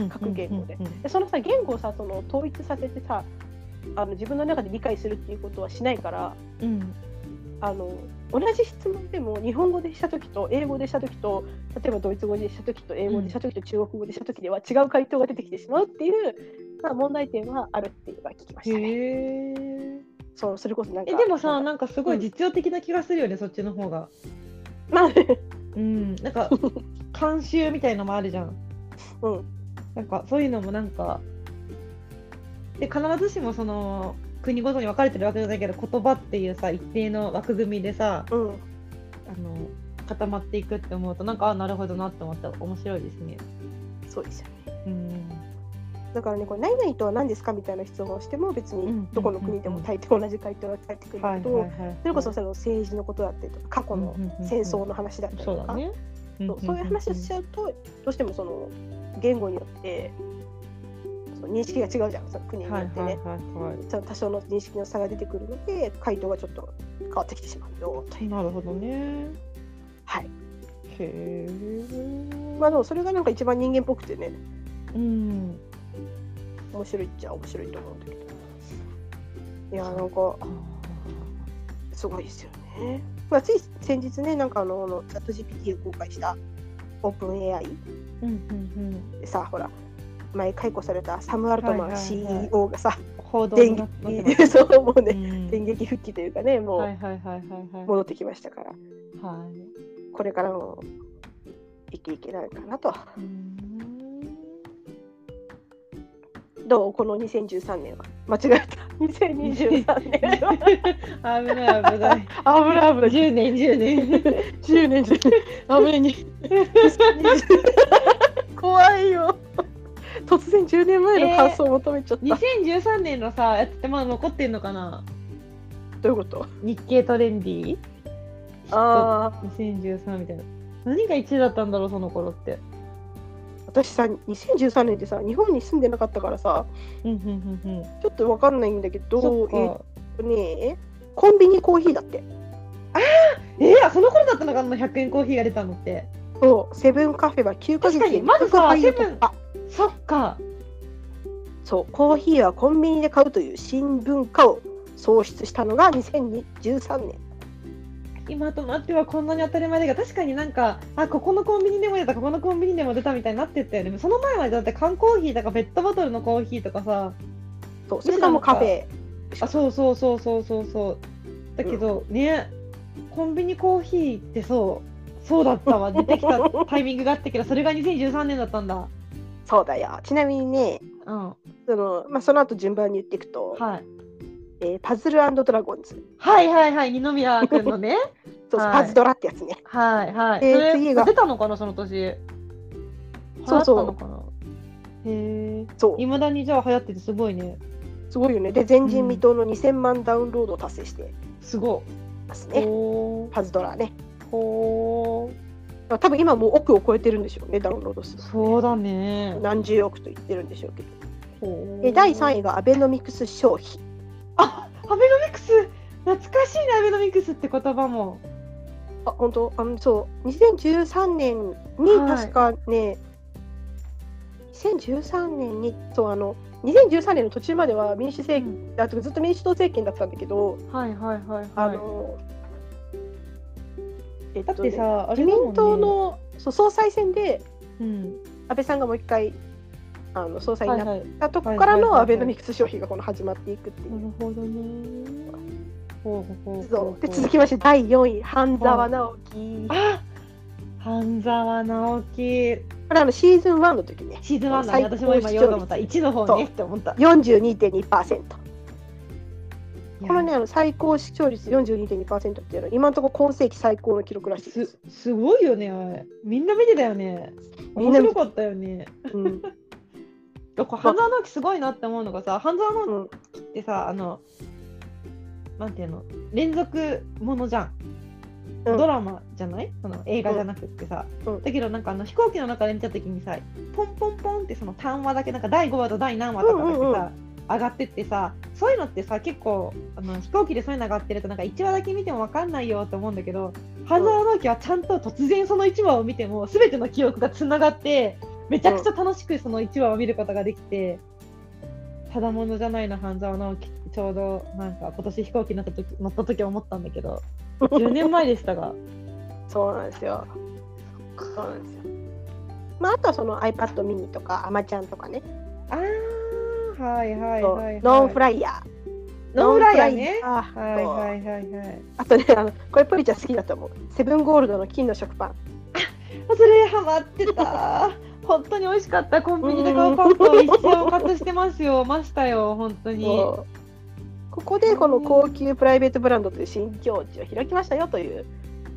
S1: 各言語
S2: うんうん
S1: でそのさ言語をさその統一させてさあの自分の中で理解するっていうことはしないから
S2: うん。うん
S1: あの同じ質問でも日本語でした時と英語でした時と例えばドイツ語でした時と英語でした時と中国語でした時では違う回答が出てきてしまうっていう、まあ、問題点はあるっていうのは聞きましたね。
S2: へえ。
S1: そうそれこそなんか
S2: えでもさ
S1: なんか
S2: なんかすごい実用的な気がするよねそっちの方が。
S1: まあ
S2: うん。なん <laughs> か監修みたいのもあるじゃん。
S1: <laughs> うん
S2: なんかそういうのもなんかで必ずしもその国ごとに分かれてるわけじゃないけど言葉っていうさ一定の枠組みでさ
S1: うん
S2: あの固まっていくって思うとなんかあなるほどなって思って面白いですね。
S1: そうですよね。
S2: うん
S1: だからねこれ「何々とは何ですか?」みたいな質問をしても別
S2: うんうんうん
S1: に
S2: うん
S1: どこの国でも大抵同じ回答が返ってくるんだけど、それこそその政治のことだったりとか過去の戦争の話だったり
S2: そう
S1: と
S2: だ
S1: か
S2: ね。
S1: そうそういう話をしち
S2: ゃ
S1: ゃうとどうしてもその言語によってその認識が違うじゃんその国によ
S2: はい
S1: って
S2: はい
S1: ね。
S2: は
S1: その多少の認識の差が出てくるので回答がちょっと変わってきてしまうよと
S2: い。
S1: いう。
S2: なるほどね。
S1: はい
S2: へえ。
S1: まあ、でもそれがなんか一番人間っぽくてね
S2: うん。
S1: 面白いっちゃ面白いと思うんだけどいやーなんかすごいですよね。ね。まあ、つい先日ね、なんかあの、あのチャット GPT を公開したオープン AI
S2: うんうん
S1: でさ、ほら、前解雇されたサム・アルトマ
S2: は
S1: ン
S2: いはいはい
S1: CEO がさ、
S2: うん。報道
S1: 電
S2: に
S1: 撃
S2: なってます、
S1: <laughs> そうもうね、
S2: うん
S1: 電撃復帰というかね、も
S2: は
S1: う
S2: いはいはいはいはい。
S1: 戻ってきましたから、
S2: はい。
S1: これからも生きいけないかなと。
S2: うーん
S1: どうこの2013年は。間違えた。2023年
S2: <laughs>
S1: は。
S2: 危ない危ない。
S1: 危ない <laughs> 危ない。
S2: 10年10年。
S1: 10年じゃない。危ないに。怖いよ。突然10年前の感想を求めちゃった。
S2: 2013年のさやつってまだ残ってんのかな
S1: どういうこと
S2: 日経トレンディ
S1: ああ。
S2: 2013みたいな何が1位だったんだろうその頃って
S1: 私さ、2013年ってさ、日本に住んでなかったからさ、
S2: うんうんうんうん
S1: ちょっとわかんないんだけ
S2: そ
S1: ど、え
S2: っ
S1: っと
S2: か
S1: ね、コンビニコーヒーだって。
S2: えー、あその頃だったのかあの100円コーヒーが出たのって
S1: そう、セブンカフェは9ヶ月
S2: 確かにまずさ
S1: 100
S2: セ
S1: 円
S2: ブン
S1: 突破
S2: そっか
S1: そう、コーヒーはコンビニで買うという新文化を創出したのが2013年。
S2: 今となってはこんなに当たり前だが確かになんかあここのコンビニでも出たここのコンビニでも出たみたいになってったよねその前までだって缶コーヒーとかペットボトルのコーヒーとかさ
S1: そう、それからもうカフェ。
S2: あそうそうそうそうそうそうだけど、ねコンビニコーヒーってそうそうだった
S1: <laughs>
S2: わ出てきたタイミングがあったけどそれが2013年だったんだ
S1: そうだよ。ちなみにね、
S2: うんは
S1: その、まあ、その後順番に言っていく
S2: い
S1: と、えーパズルドラゴンズ。
S2: はいはいはい二宮君の
S1: <laughs>
S2: ね
S1: そう、
S2: はい
S1: パズドラってやつね。
S2: はいはい、
S1: えー
S2: それ
S1: 次が
S2: 出たのかなその年
S1: そうそう
S2: 流行ったのかなへえ
S1: そう、
S2: いまだにじゃあ流行っててすごいね
S1: すごいよね。で、前人未到の2000万ダウンロードを達成して
S2: すご
S1: ます
S2: い
S1: ね。
S2: おー
S1: パズドラね。
S2: ほ
S1: まあ多分今もう億を超えてるんでしょうね、ダウンロード数
S2: ー。そうだね
S1: 何十億と言ってるんでしょうけど。
S2: ほ
S1: で、第3
S2: 位
S1: 位がアベノミクス消費。
S2: あアベノミクス懐かしいねアベノミクスって言葉も
S1: あ、本当あの、そう、2013年に
S2: はい
S1: 確かね、2013年に、そう、あの、2013年の途中までは民主政権、あとずっと民主党政権だったんだけど、
S2: はいはいはい
S1: あ
S2: はい。
S1: の、えっ
S2: だ
S1: と
S2: っ
S1: ね
S2: てさ、あれ
S1: 自
S2: だもんね
S1: 民党、のそう総裁選で
S2: うん、
S1: 安倍さんがもう一回あの総裁に
S2: は
S1: な
S2: い
S1: っ
S2: はい。
S1: たとこからの
S2: はいはいはいはい
S1: アベノミクス消費がこの始まっていくってい
S2: な
S1: う。
S2: るほどね。ほうほうほう
S1: そ
S2: ほ
S1: う
S2: う。
S1: で続きまして第4位半沢直樹こ
S2: あ、半沢直樹
S1: れあのシーズン1の時ね
S2: シーズン1だね。
S1: 最高
S2: 私も今言おうと思った。
S1: 視聴
S2: 一の方ねって思った。
S1: 42.2%この
S2: い
S1: ね
S2: や
S1: あの最高視聴率42.2%っていうのは今のところ今世紀最高の記録らしいですす、
S2: すごいよね。あれみんな見てたよね。
S1: み
S2: 面
S1: んな見
S2: 白
S1: て
S2: かったよね。
S1: うん
S2: だから半沢直樹すごいなって思うのがさ、半沢
S1: う
S2: 直
S1: ん、
S2: 樹ってさ、あの。なんていうの連続ものじゃん、
S1: うん
S2: ドラマじゃないその映画じゃなくってさ、
S1: うん
S2: だけどなんかあの飛行機の中で見た時にさポンポンポンってその単話だけなんか第5話と第何話とかだけさ、
S1: うんうんうん
S2: 上がってってさそういうのってさ結構あの飛行機でそういうの上がってるとなんか1話だけ見ても分かんないよって思うんだけど半沢直樹はちゃんと突然その1話を見ても全ての記憶がつながってめちゃくちゃ楽しくその1話を見ることができて。ただものじゃないな半沢直樹ってちょうどなんか今年飛行機乗った時乗った時思ったんだけど10年前でしたが
S1: そうなんですよそうなんですよまああとはその iPad mini とかアマちゃんとかね、
S2: <laughs> あーはいはい
S1: そう
S2: はい、はい、
S1: ノンフライヤー
S2: ノンフライヤーね
S1: ノンフ
S2: は
S1: ライヤー
S2: い
S1: そう
S2: はいはいはい
S1: あとね、あのこれポリちゃん好きだと思う。セブンゴールドの金の食パン。
S2: それハマってた本当に美味しかったコンビニで買うパンと一生活してますよましたよ本当に
S1: そうここでこの高級プライベートブランドという新境地を開きましたよという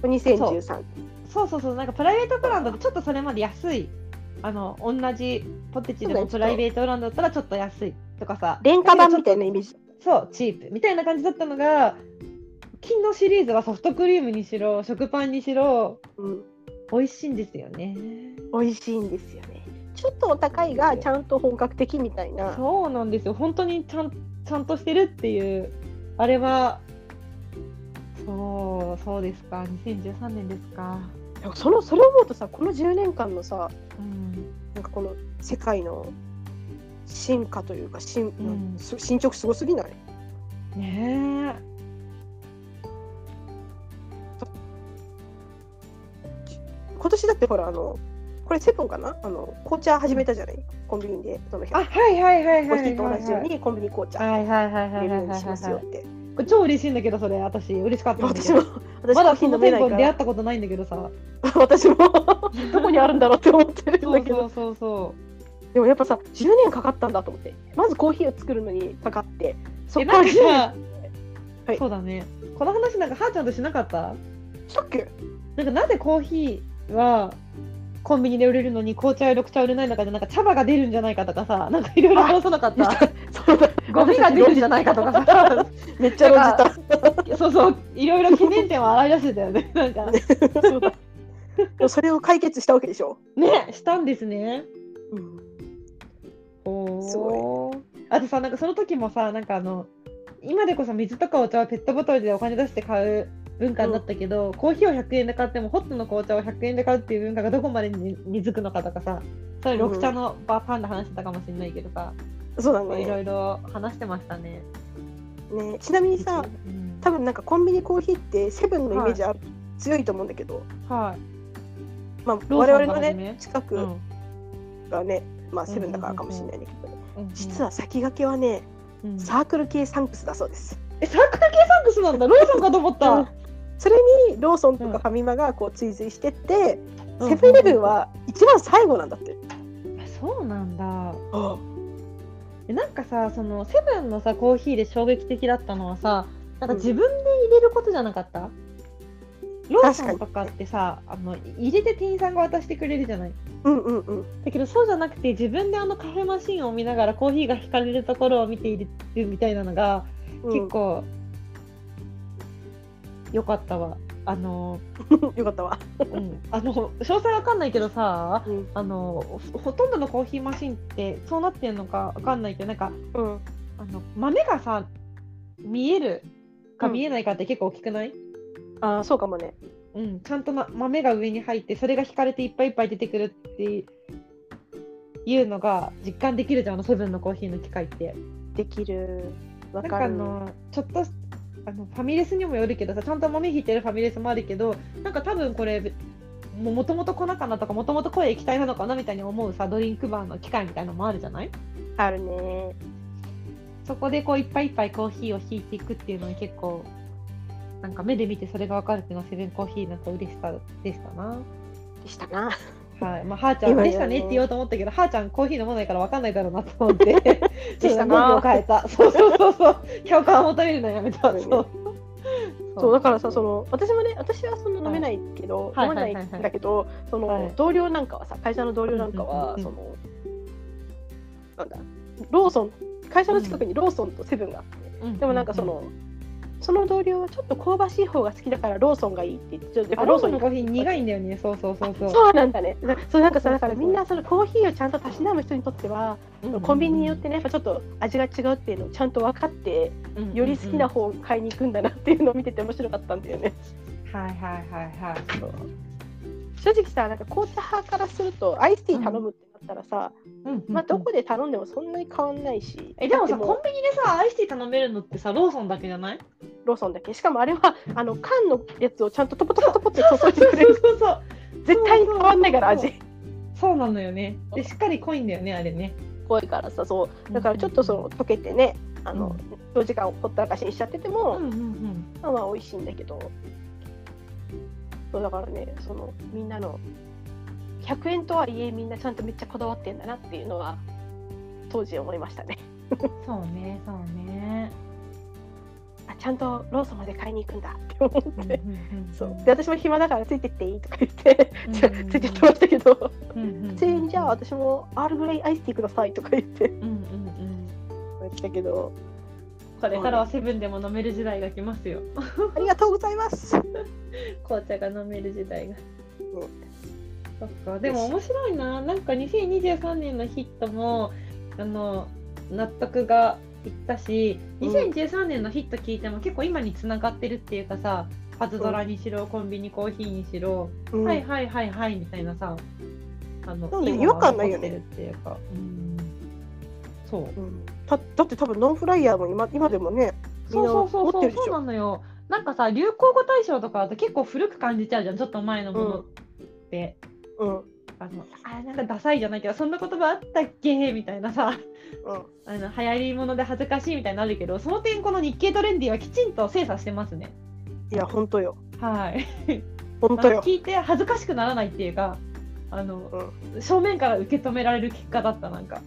S1: 2013。
S2: そうそうそうなんかプライベートブランドってちょっとそれまで安いあの同じポテチでもプライベートブランドだったらちょっと安いとかさ
S1: 廉価版みたいなイメージ。
S2: そう、チープみたいな感じだったのが、金のシリーズはソフトクリームにしろ、食パンにしろ、
S1: うん、
S2: 美味しいんですよね。
S1: 美味しいんですよね。ちょっとお高いがちゃんと本格的みたいな。
S2: そうなんですよ、本当にちゃんちゃんとしてるっていう、あれは、そう、そうですか、2013年ですか。
S1: そのそれを思うとさ、この10年間のさ、
S2: うん、
S1: なんかこの世界の進化というか進、
S2: ん
S1: す進捗すごすぎない？
S2: ねえ。
S1: 今年だってほらあのこれセブンかなあの紅茶始めたじゃないコンビニでその
S2: あはいはいはいはい
S1: コ
S2: は
S1: ーヒ
S2: い
S1: ーと同じよう
S2: は
S1: にコンビニ紅茶
S2: いはいはいは
S1: 入れ
S2: い
S1: る
S2: は
S1: よう
S2: い
S1: に
S2: はい
S1: しますよって
S2: これ超嬉しいんだけどそれ私嬉しかったんだけ
S1: 私
S2: ど
S1: も私
S2: ま
S1: コー
S2: だ
S1: ヒ
S2: そ
S1: ー
S2: の
S1: 飲め
S2: 店
S1: ない
S2: 舗
S1: か
S2: に出会
S1: ら
S2: ったことないんだけどさ
S1: <laughs> 私
S2: <laughs>
S1: もどこにあるんだろうって思ってるん
S2: そ
S1: だ
S2: う
S1: けど
S2: そうそうそ
S1: でもやっぱさ10年かかったんだと思ってまずコーヒーを作るのにかかってそうっ
S2: え
S1: か
S2: な
S1: ら
S2: んか
S1: 10年
S2: さ、
S1: はい
S2: そうだねこの話なんかはーちゃんとしなかった
S1: したっけ
S2: なんかなぜコーヒーはコンビニで売れるのに紅茶や緑茶は売れないのかでなんか茶葉が出るんじゃないかとかさなんかいろいろ話さなかっ
S1: 言ったたそうだ
S2: ゴミが出るんじゃないかとかさ
S1: <laughs> めっちゃ論じ
S2: <laughs> そうそういろいろ記念点を洗い出してたよねなんか
S1: たそうだでもそれを解決したわけでしょ、
S2: ねしたんですね
S1: うん、
S2: おー
S1: す
S2: あとさなんかその時もさなんかあの今でこそ水とかお茶はペットボトルでお金出して買う文化になったけど、コーヒーを100円で買ってもホットの紅茶を100円で買うっていう文化がどこまでに根付くのかとかさそれ緑茶のバーパンで話してたかもしれないけどさ、
S1: そうだ
S2: い
S1: ね
S2: ろいろ話してましたね。
S1: ねちなみにさ
S2: うん
S1: 多分なんかコンビニコーヒーってセブンのイメージある、強いと思うんだけど、
S2: はい
S1: まあ、
S2: ソン
S1: 我々の
S2: が初め
S1: ね近
S2: う
S1: く
S2: ん
S1: がね、まあセブンだからかもしれないんだけど、
S2: うん
S1: 実は先駆けはね
S2: うん
S1: サークル系サンクスだそうです。
S2: えサークル系サンクスなんだローソンかと思っ
S1: うん
S2: た、
S1: それにローソンとかファミマがこう追随してって、セブンイレブンは一番最後なんだって。
S2: あそうなんだ
S1: あ
S2: でなんかさそのセブンのさコーヒーで衝撃的だったのはさなんか
S1: うん
S2: 自分で入れることじゃなかった、ローソンとかってさあの入れて店員さんが渡してくれるじゃない
S1: うんうんうん。
S2: だけどそうじゃなくて自分であのカフェマシンを見ながらコーヒーが引かれるところを見ているみたいなのが結構良かったわあの、
S1: うん、よかったわ。
S2: うん、あの詳細わかんないけどさ
S1: うん
S2: あのほほとんどのコーヒーマシンってそうなってるのかわかんないけどなんか
S1: うん
S2: あの豆がさ見えるか
S1: うん
S2: 見えないかって結構大きくない、
S1: あーそうかもね。
S2: うんちゃんとな豆が上に入ってそれが引かれていっぱいいっぱい出てくるっていうのが実感できるじゃんあのセブンのコーヒーの機械って。
S1: できる。わ
S2: なん
S1: か
S2: かあ
S1: る。
S2: のちょっとあのファミレスにもよるけどさちゃんと豆引いてるファミレスもあるけどなんか多分これもともと粉かなとかもともと濃い液体なのかなみたいに思うさドリンクバーの機械みたいのもあるじゃない
S1: あるね。
S2: そこでこういっぱいいっぱいコーヒーを引いていくっていうのに結構なんか目で見てそれが分かるっていうのはセブンコーヒーなんか嬉しさでしたな。
S1: でしたな。
S2: はい、まあ、はーちゃん
S1: 今
S2: は
S1: よね
S2: でしたねって言おうと思ったけど、はーちゃんコーヒー飲まないから分かんないだろうなと思 <laughs> って、ち
S1: で
S2: ょっ
S1: し
S2: と
S1: た
S2: 語尾を
S1: な。
S2: 変えた。そうそうそうそう。共感を求めるのやめた。そう。
S1: そうそうだからさそ
S2: の
S1: の私もね私はその飲めないけど、
S2: はい
S1: 飲まない
S2: はいはいはい
S1: んだけどその、
S2: はい
S1: 同僚なんかはさ会社の同僚なんかは、
S2: うんうん
S1: そのなんだローソン会社の近くにローソンとセブンがあって、でもなんかそ、の、その同僚はちょっと香ばしい方が好きだからローソンがいいって言ってちょっとやっぱ
S2: あロ
S1: ロ
S2: ー
S1: ー
S2: ソ
S1: ソ
S2: ン
S1: ン
S2: の
S1: に
S2: コーヒー苦いんだよね。そうそうそうそう。
S1: そうなんだねなそうなんかさだから
S2: そうそうそ
S1: み
S2: う
S1: んなそのコーヒーをちゃんとたしなむ人にとっては、
S2: うん
S1: コンビニによってねやっぱちょっと味が違うっていうのをちゃんと分かってより好きな。方を買いに行くんだなっていうのを見てて面白かったんだよね。
S2: うんはいはいはいはい。そう。
S1: 正直さなんか紅茶派からするとアイスティー頼むってなったらさ、
S2: うん
S1: まあ、どこで頼んでもそんなに変わんないし、
S2: えでも
S1: だ
S2: さ
S1: って
S2: コンビニでさアイスティー頼めるのってさローソンだけじゃない
S1: ローソンだけしかもあれはあの缶のやつをちゃんとトポトポトポって
S2: そうそ
S1: 注
S2: う
S1: いでくれ
S2: そう
S1: る
S2: そうそう
S1: 絶対に変わんないから味
S2: そうなのよねでしっかり濃いんだよねあれね
S1: 濃いからさそうだからちょっとその溶けてねあの、長時間ほったらかしにしちゃってて
S2: う
S1: も、
S2: んうんうん
S1: まあまあ美味しいんだけどそうだからねそのみんなの100円とはいえみんなちゃんとめっちゃこだわってんだなっていうのは当時思いましたね。
S2: そうねそうね
S1: あちゃんとローソンまで買いに行くんだって思
S2: う
S1: っ
S2: ん
S1: て、
S2: うんうん
S1: そうで私も暇だからついてっていいとか言って、
S2: うん
S1: じゃ <laughs> あついてってましたけど
S2: うんうんうん
S1: 普通にじゃあ私もアールグレイアイスティーくださいとか言って
S2: うんうんうん
S1: 言ったけど
S2: これからはセブンでも飲める時代が来ますよ
S1: ありがとうございます
S2: 紅茶が飲める時代が
S1: ん
S2: そっかでも面白いななんか2023年のヒットもあの納得がいったし
S1: うん
S2: 2013年のヒット聞いても結構今につながってるっていうかさパズドラにしろコンビニコーヒーにしろ、
S1: うん
S2: はいはいはいはいみたいなさあの
S1: そうね
S2: い
S1: 違和感ないよ
S2: も
S1: ね
S2: のが残ってるっていうかうんそう
S1: うんただって多分ノンフライヤーも今今でもねみん
S2: そう
S1: な
S2: そうそう
S1: 持っ
S2: そ
S1: て
S2: う
S1: るでし
S2: そう
S1: ょ
S2: なのよなんかさ流行語大賞とかだと結構古く感じちゃうじゃんちょっと前のものって
S1: うん
S2: あのあなんかダサいじゃないけどそんな言葉あったっけみたいなさ
S1: うん
S2: あの流行りもので恥ずかしいみたいになるけどその点この日経トレンディはきちんと精査してますね。
S1: いや本当よ
S2: はい、
S1: 本当
S2: あの
S1: よ
S2: 聞いて恥ずかしくならないっていうかあの、正面から受け止められる結果だったなんか。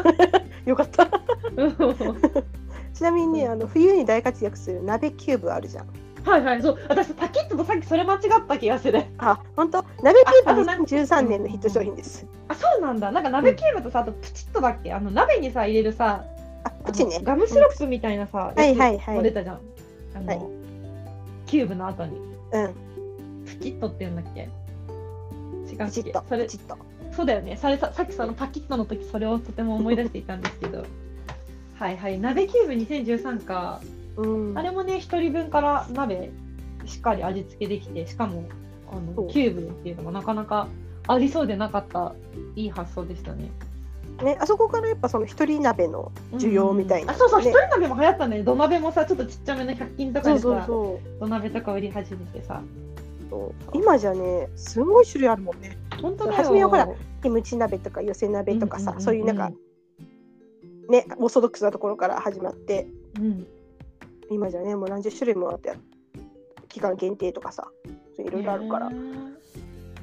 S2: <laughs>
S1: よかった <laughs>
S2: うん
S1: ちなみにね
S2: うん
S1: あの冬に大活躍する鍋キューブあるじゃん
S2: はいはいそう私パキッととさっきそれ間違った気がする。
S1: あ本当鍋キュ
S2: ああ
S1: ー
S2: の
S1: ブ
S2: なんか
S1: 2013年のヒット商品です
S2: あそうなんだなんか鍋キューブとさあとプチッとだっけあの鍋にさ入れるさ
S1: あこっち
S2: あ
S1: ね
S2: のガムシロップみたいなさ、
S1: はいはいいは
S2: 出
S1: い
S2: たじゃんあの、
S1: はい
S2: キューブの後に
S1: うん
S2: プチッとって言うんだっけ違う
S1: パ
S2: っ
S1: チッ
S2: け
S1: と
S2: そ
S1: パ
S2: れ
S1: チッと
S2: そうだよねそれささっきそのパキッとの時それをとても思い出していたんですけどはいはい鍋キューブ2013か
S1: うん
S2: あれもね一人分から鍋しっかり味付けできてしかもあ
S1: そ
S2: の
S1: う
S2: キューブっていうのもなかなかありそうでなかったいい発想でしたね
S1: ねあそこからやっぱその一人鍋の需要みたいな
S2: あそうそう一
S1: ね
S2: 人鍋も流行ったんだよ土鍋もさちょっとちっちゃめの100均とか
S1: そ
S2: で
S1: う
S2: さ
S1: そうそう
S2: 土鍋とか売り始めてさ
S1: そう今じゃねすごい種類あるもんね
S2: 本当だよ
S1: 初めはほらキムチ鍋とか寄せ鍋とかさ、
S2: んんん
S1: そういうなんか、ねオーソドックスなところから始まって
S2: うん、
S1: 今じゃねもう何十種類もあって期間限定とかさそういろいろあるから、
S2: へー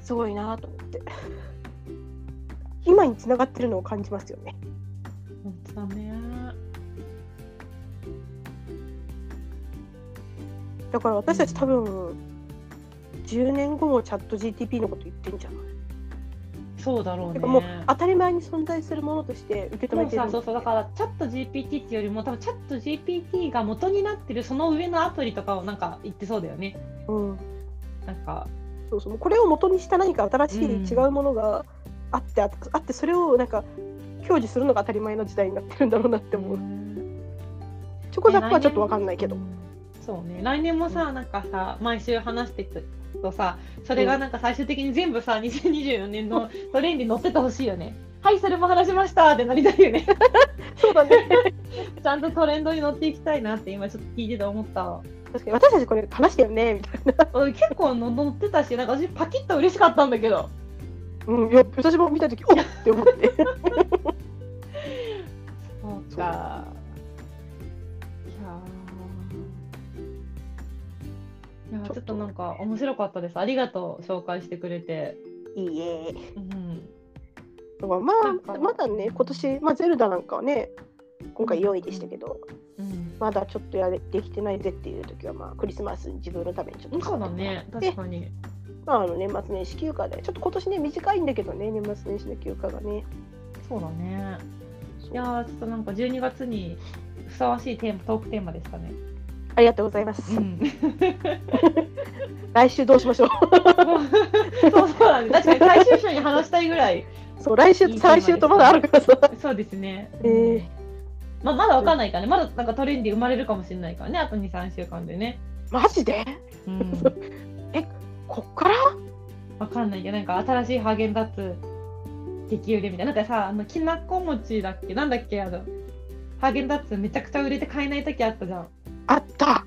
S1: すごいなと思って <laughs> 今に繋がってるのを感じますよね
S2: 本当だね
S1: だから私た
S2: う
S1: ち
S2: ん
S1: 多分、10年後もチャット GTP のこと言ってんじゃない、
S2: そうだろう
S1: て
S2: ね
S1: かもう当たり前に存在するものとして受け止
S2: も
S1: め
S2: う
S1: てる
S2: さそうそうだからチャット GPT っていうよりも多分チャット GPT が元になってるその上のアプリとかをなんか言ってそうだよね
S1: うん、
S2: なんか
S1: そうそうこれを元にした何か新しい
S2: うん
S1: 違うものがあって、ああってそれをなんか享受するのが当たり前の時代になってるんだろうなって思う、
S2: うん
S1: チョコザップはちょっとわかんないけど、
S2: うんそうね来年もさなんかさ毎週話していくとさそれがなんか最終的に全部さ2024年のトレンドに乗っててほしいよねはいそれも話しましたってなりたいよね
S1: <laughs> そうだね
S2: <laughs> ちゃんとトレンドに乗っていきたいなって今ちょっと聞いてて思ったわ
S1: 確かに私たちこれ話してよねみたい
S2: うん結構の乗ってたしなんか私パキッと嬉しかったんだけど
S1: な、うん、いや私も見た時おっって思って
S2: そう
S1: そう
S2: か。いやー。いや
S1: ち
S2: ー
S1: ょっと
S2: ちょっとなんか面白かったです。ありがとう紹介してくれて。
S1: いいえ
S2: うん。
S1: だからま
S2: なんか
S1: あまだね今年、まあ、ゼルダなんかはね今回4位でしたけど、
S2: うん。
S1: まだちょっとやれできてないぜっていう時は、まあ、クリスマス自分のためにちょっと買
S2: そう
S1: って
S2: だね。
S1: で
S2: 確かに。
S1: まあ、あの年末年始休暇でちょっと今年ね短いんだけどね年末年始の休暇がね
S2: そうだね。
S1: そう
S2: いやーちょっとなんか12月にふさわしいテーマトークテーマでしたね。
S1: ありがとうございます、
S2: ん。 <laughs>
S1: 来週どうしましょう
S2: そうそうだね。確かに最終章に話したいぐらい。
S1: そう来週
S2: いい
S1: と
S2: テーマで
S1: 再来
S2: すね
S1: 週とまだあるからさ
S2: そうですね。
S1: えー
S2: まあ、まだわかんないからね、まだなんかトレンディ生まれるかもしれないからね、あと2、3週間でね。
S1: マジで
S2: うん、
S1: こっから
S2: わかんないけど、なんか新しいハーゲンダッツ激売れみたいな、なんかさ、あのきなこ餅だっけ、なんだっけ、あのハーゲンダッツめちゃくちゃ売れて買えない時あったじゃん。
S1: あった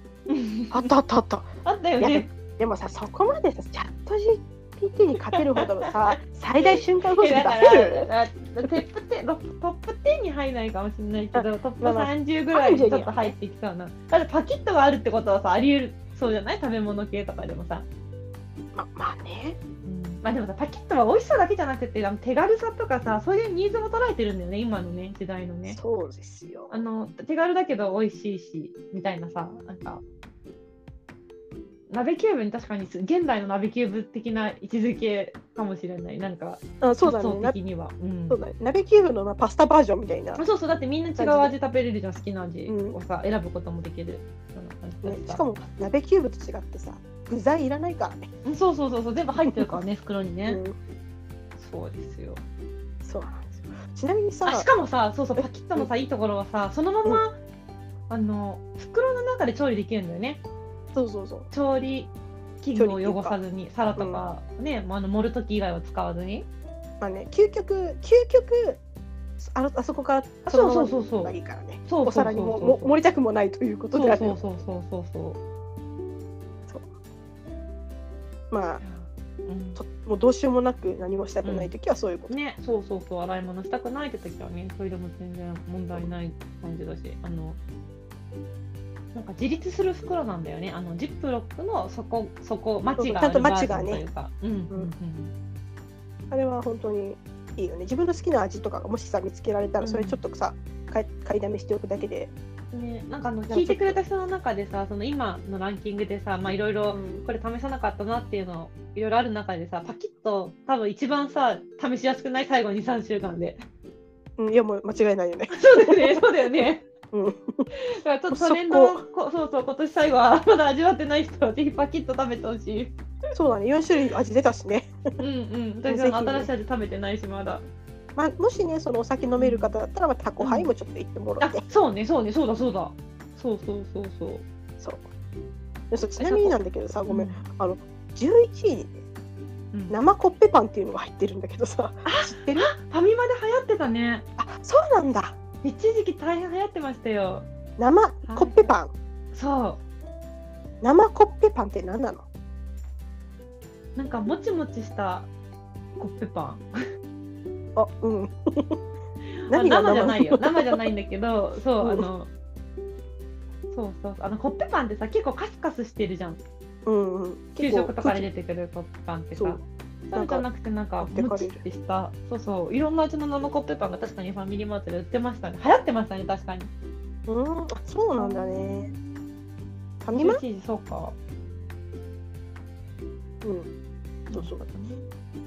S1: あったあったあった
S2: あったよ
S1: いや
S2: ね。
S1: でもさそこまでさチャット GPT に勝てるほどの
S2: <laughs>
S1: さ最大瞬間風
S2: い
S1: 速
S2: や
S1: 出せ
S2: だか
S1: る
S2: らあトップ10ロトップ10に入らないかもしれないけどトップ
S1: まあまあ
S2: 30ぐらいにちょっと入ってきそうなだってパキッとがあるってことはさありえるそうじゃない食べ物系とかでもさ
S1: ままあね
S2: まあでもさパキッとは美味しさだけじゃなくてあの手軽さとかさそういうニーズも捉えてるんだよね今のね時代のね
S1: そうですよ
S2: あの手軽だけど美味しいしみたいなさなんか鍋キューブに確かに現代の鍋キューブ的な位置づけかもしれないなんか
S1: あそうだ
S2: 発
S1: ね
S2: 想
S1: な
S2: 的にはうん
S1: そうだね鍋キューブのまあパスタバージョンみたいな、
S2: あそうそうだってみんな違う味食べれるじゃん好きな味
S1: うん
S2: をさ、選ぶこともできるそんな感じだ
S1: ね
S2: っ、た
S1: しかも鍋キューブと違ってさ具材いらないからね、
S2: うんそうそうそうそう全部入ってるからね袋に
S1: <laughs> う
S2: ね、
S1: ん、
S2: そうですよ
S1: そうなんですよちなみにさ
S2: あしかもさそうそうパキッとのさいいところはさそのまま、あの袋の中で調理できるんだよね
S1: そうそうそう
S2: 調理器具を汚さずに皿とか、ねもうあの盛る時以外は使わずに
S1: まあね究極究極あのあそこから
S2: あ
S1: その
S2: そうそうそうそう
S1: ままがいいからね
S2: そう
S1: お
S2: そうそ
S1: 皿
S2: う
S1: にも
S2: そ
S1: も
S2: う
S1: 盛りたくもないということ
S2: そう
S1: である
S2: そうそうそうそうそう
S1: まあ
S2: うん
S1: とっもうどうしようもなく何もしたくない時はそういうこと、
S2: ね、そうそうそう、洗い物したくないって時はね、それでも全然問題ない感じだし、あの、なんか自立する袋なんだよね、あのジップロックの底、底、マチがあ
S1: ちゃんと
S2: るバ
S1: マチ
S2: ージ
S1: が
S2: ョン
S1: ね
S2: というか。うんうんうん
S1: あれは本当にいいよね自分の好きな味とかがもしさ見つけられたらそれちょっとさ、買い買いだめしておくだけで、
S2: ね、なんかあの聞いてくれた人の中でさその今のランキングでさまあいろいろこれ試さなかったなっていうのいろいろある中でさパキッと多分一番さ試しやすくない最後23週間で <laughs>
S1: うん、いやもう間違いないよね、
S2: そうだよねそうだよね
S1: うん、
S2: だからちょっと
S1: そこ
S2: トレンドをこそうそう今年最後はまだ味わってない人はぜひパキッと食べてほしい
S1: そうだね4種類味出たしね、
S2: うんうん私
S1: ぜひ
S2: は新しい味食べてないしまだ
S1: まあ、もしねそのお酒飲める方だったら、まあ、タコハイもちょっと行ってもらっ
S2: あ
S1: て、
S2: そうねそうねそうだそうだそうそうそうそう
S1: そうでそうちなみになんだけどさごめん、
S2: うん
S1: 11位に
S2: うん
S1: 生コッペパンっていうのが入ってるんだけどさ知ってる
S2: ファミマで流行ってたね
S1: あそうなんだ
S2: 一時期大変流行ってましたよ
S1: 生コッペパン、
S2: そう
S1: 生コッペパンって何なの
S2: なんかもちもちしたコッペパ
S1: あうん
S2: <laughs> ン。あ生じゃないよ。
S1: なの
S2: 生じゃないんだけど、そう、あ
S1: <laughs> うん
S2: の。そうそうあのコッペパンってさ結構カスカスしてるじゃん
S1: うんうん
S2: 給
S1: 結構
S2: 食とかで出てくるコッペパンって
S1: そ
S2: さ
S1: う
S2: そうじゃなくてなんか
S1: 持って
S2: も
S1: か
S2: ち
S1: れ
S2: っ
S1: る
S2: てしたそうそういろんな味の生コッペパンが確かにファミリーマートで売ってましたね流行ってましたね確かに
S1: うんあそうなんだねファミマ
S2: 11時そうか
S1: うんそうそう
S2: だったね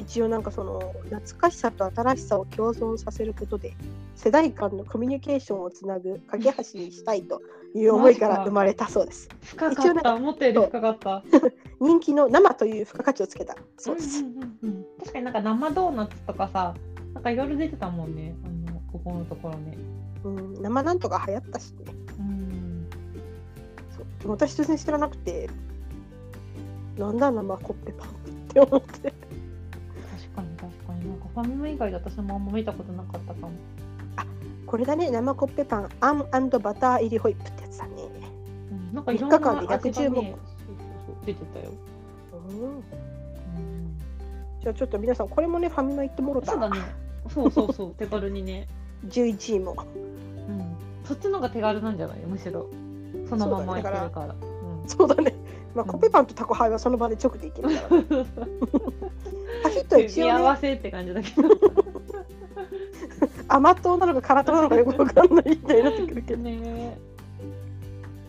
S1: 一応なんかその懐かしさと新しさを共存させることで世代間のコミュニケーションをつなぐ架け橋にしたいという思いか
S2: マジ
S1: ら
S2: か
S1: 生まれたそうです
S2: 深
S1: 一
S2: か
S1: 応な
S2: っ
S1: んか
S2: た思ったより
S1: そう
S2: 深かった
S1: 人気の生という付加価値をつけたそうです、
S2: んうんうんうん、確かになんか生ドーナツとかさなんかいろいろ出てたもんねあのここのところね
S1: うん生なんとか流行ったしね
S2: うん
S1: そうでも私全然知らなくてなんだ生コッペパンって思って
S2: 確かに確かになんかファミマ以外で私もあんま見たことなかったかも
S1: これだね生コッペパンあんバター入りホイップってやつだね
S2: うんなんかいろんな味が、ね、
S1: 三日間で110
S2: そう
S1: 文
S2: そうそう出てたよ、
S1: うん
S2: うん、
S1: じゃあちょっと皆さんこれもねファミマ行ってもろた
S2: そう
S1: ら
S2: だねそうそうそう手軽にね、
S1: 11位も
S2: うん、そっちの方が手軽なんじゃないむしろそのままいけるからう
S1: そうだね。まあ、
S2: うん
S1: コッペパンとタコハイはその場で直でいけるから、
S2: <laughs>
S1: ね。
S2: ん
S1: パキッと一
S2: <laughs> 組み合
S1: 応
S2: わ
S1: ね、
S2: せって感じ
S1: <laughs>
S2: だけど
S1: 甘党なのか辛党なのかよくわかんないみたい
S2: <laughs>
S1: になってくるけど、
S2: ね、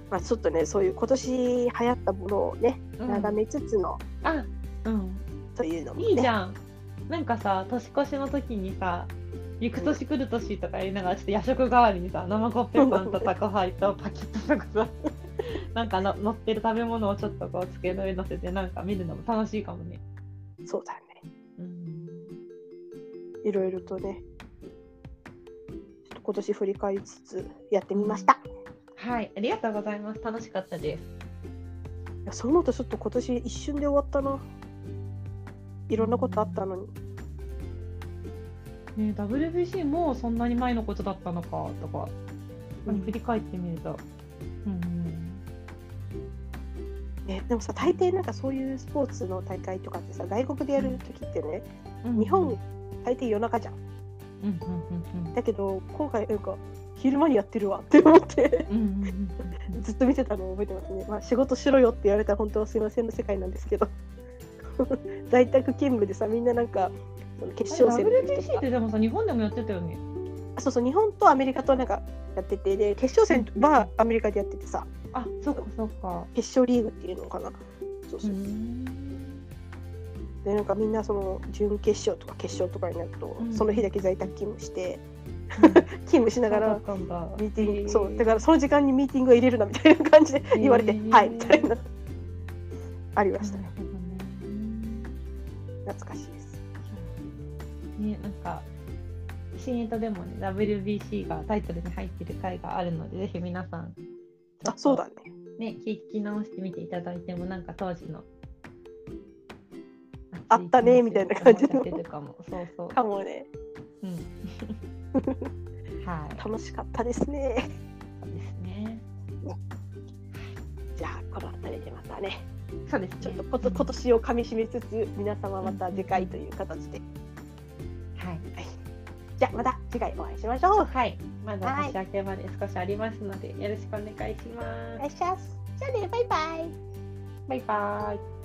S1: まあ、ちょっとね、そういう今年流行ったものをね、
S2: うん
S1: 眺めつつの
S2: あうん
S1: というのもね。
S2: いいじゃん。なんかさ、年越しの時にさ、行く年来る年とか言いながら、ちょっと夜食代わりにさ、生コッペパンとタコハイとパキッととかさ、 <laughs> なんかの乗ってる食べ物をちょっとこう机の上に乗せて、なんか見るのも楽しいかもね。
S1: そうだね。
S2: うん。
S1: いろいろとね、ちょっと今年振り返りつつやってみました。
S2: はい、ありがとうございます。楽しかったです。
S1: いやそう思うとちょっと今年一瞬で終わったな。いろんなことあったのに。
S2: ねえ、WBC もそんなに前のことだったのかとか、
S1: うん
S2: 振り返ってみると。うん。
S1: ね、でもさ、大抵なんかそういうスポーツの大会とかってさ、外国でやるときってね、
S2: うん
S1: 日本、大抵夜中じゃん。
S2: うんうんうんうん
S1: だけど今回なんか昼間にやってるわって思って <laughs>
S2: うんうんうん <laughs> うんうん。
S1: ずっと見てたのを覚えてますね、まあ、仕事しろよって言われたら本当はすいませんの世界なんですけど <laughs> 在宅勤務でさみんななんかその決勝戦の時と
S2: WBC っ
S1: か
S2: てでもさ日本でもやってたよね。
S1: あそうそう日本とアメリカとなんかやっててで決勝戦はアメリカでやっててさ
S2: あそっかそっか。
S1: 決勝リーグっていうのかなそうそうでなんかみんなその準決勝とか決勝とかになると、
S2: うん
S1: その日だけ在宅勤務して勤務しながらミーティング、そうだ
S2: か
S1: からその時間にミーティングを入れるなみたいな感じで
S2: ー
S1: 言われて、はいみたいなありましたね懐かしいです
S2: ねなんか新エトでもね WBC がタイトルに入ってる回があるのでぜひ皆さん
S1: あそうだね
S2: ね聞き直してみていただいてもなんか当時の
S1: あったねみたいな感じの
S2: 思い出せるかもそうそう。
S1: かもね
S2: うん、 <laughs> はい。
S1: 楽しかったですね
S2: そうですね。
S1: じゃあこの辺りでまたね
S2: そうです、ね、
S1: ちょっとこと今年をかみしめつつ皆様また次回という形で、
S2: はい、
S1: じゃあまた次回お会いしましょう。
S2: はい、まだ年明けまで少しありますので、よろしくお願いします。
S1: いらっしゃい。じゃあねバイバイ。
S2: バイバイ。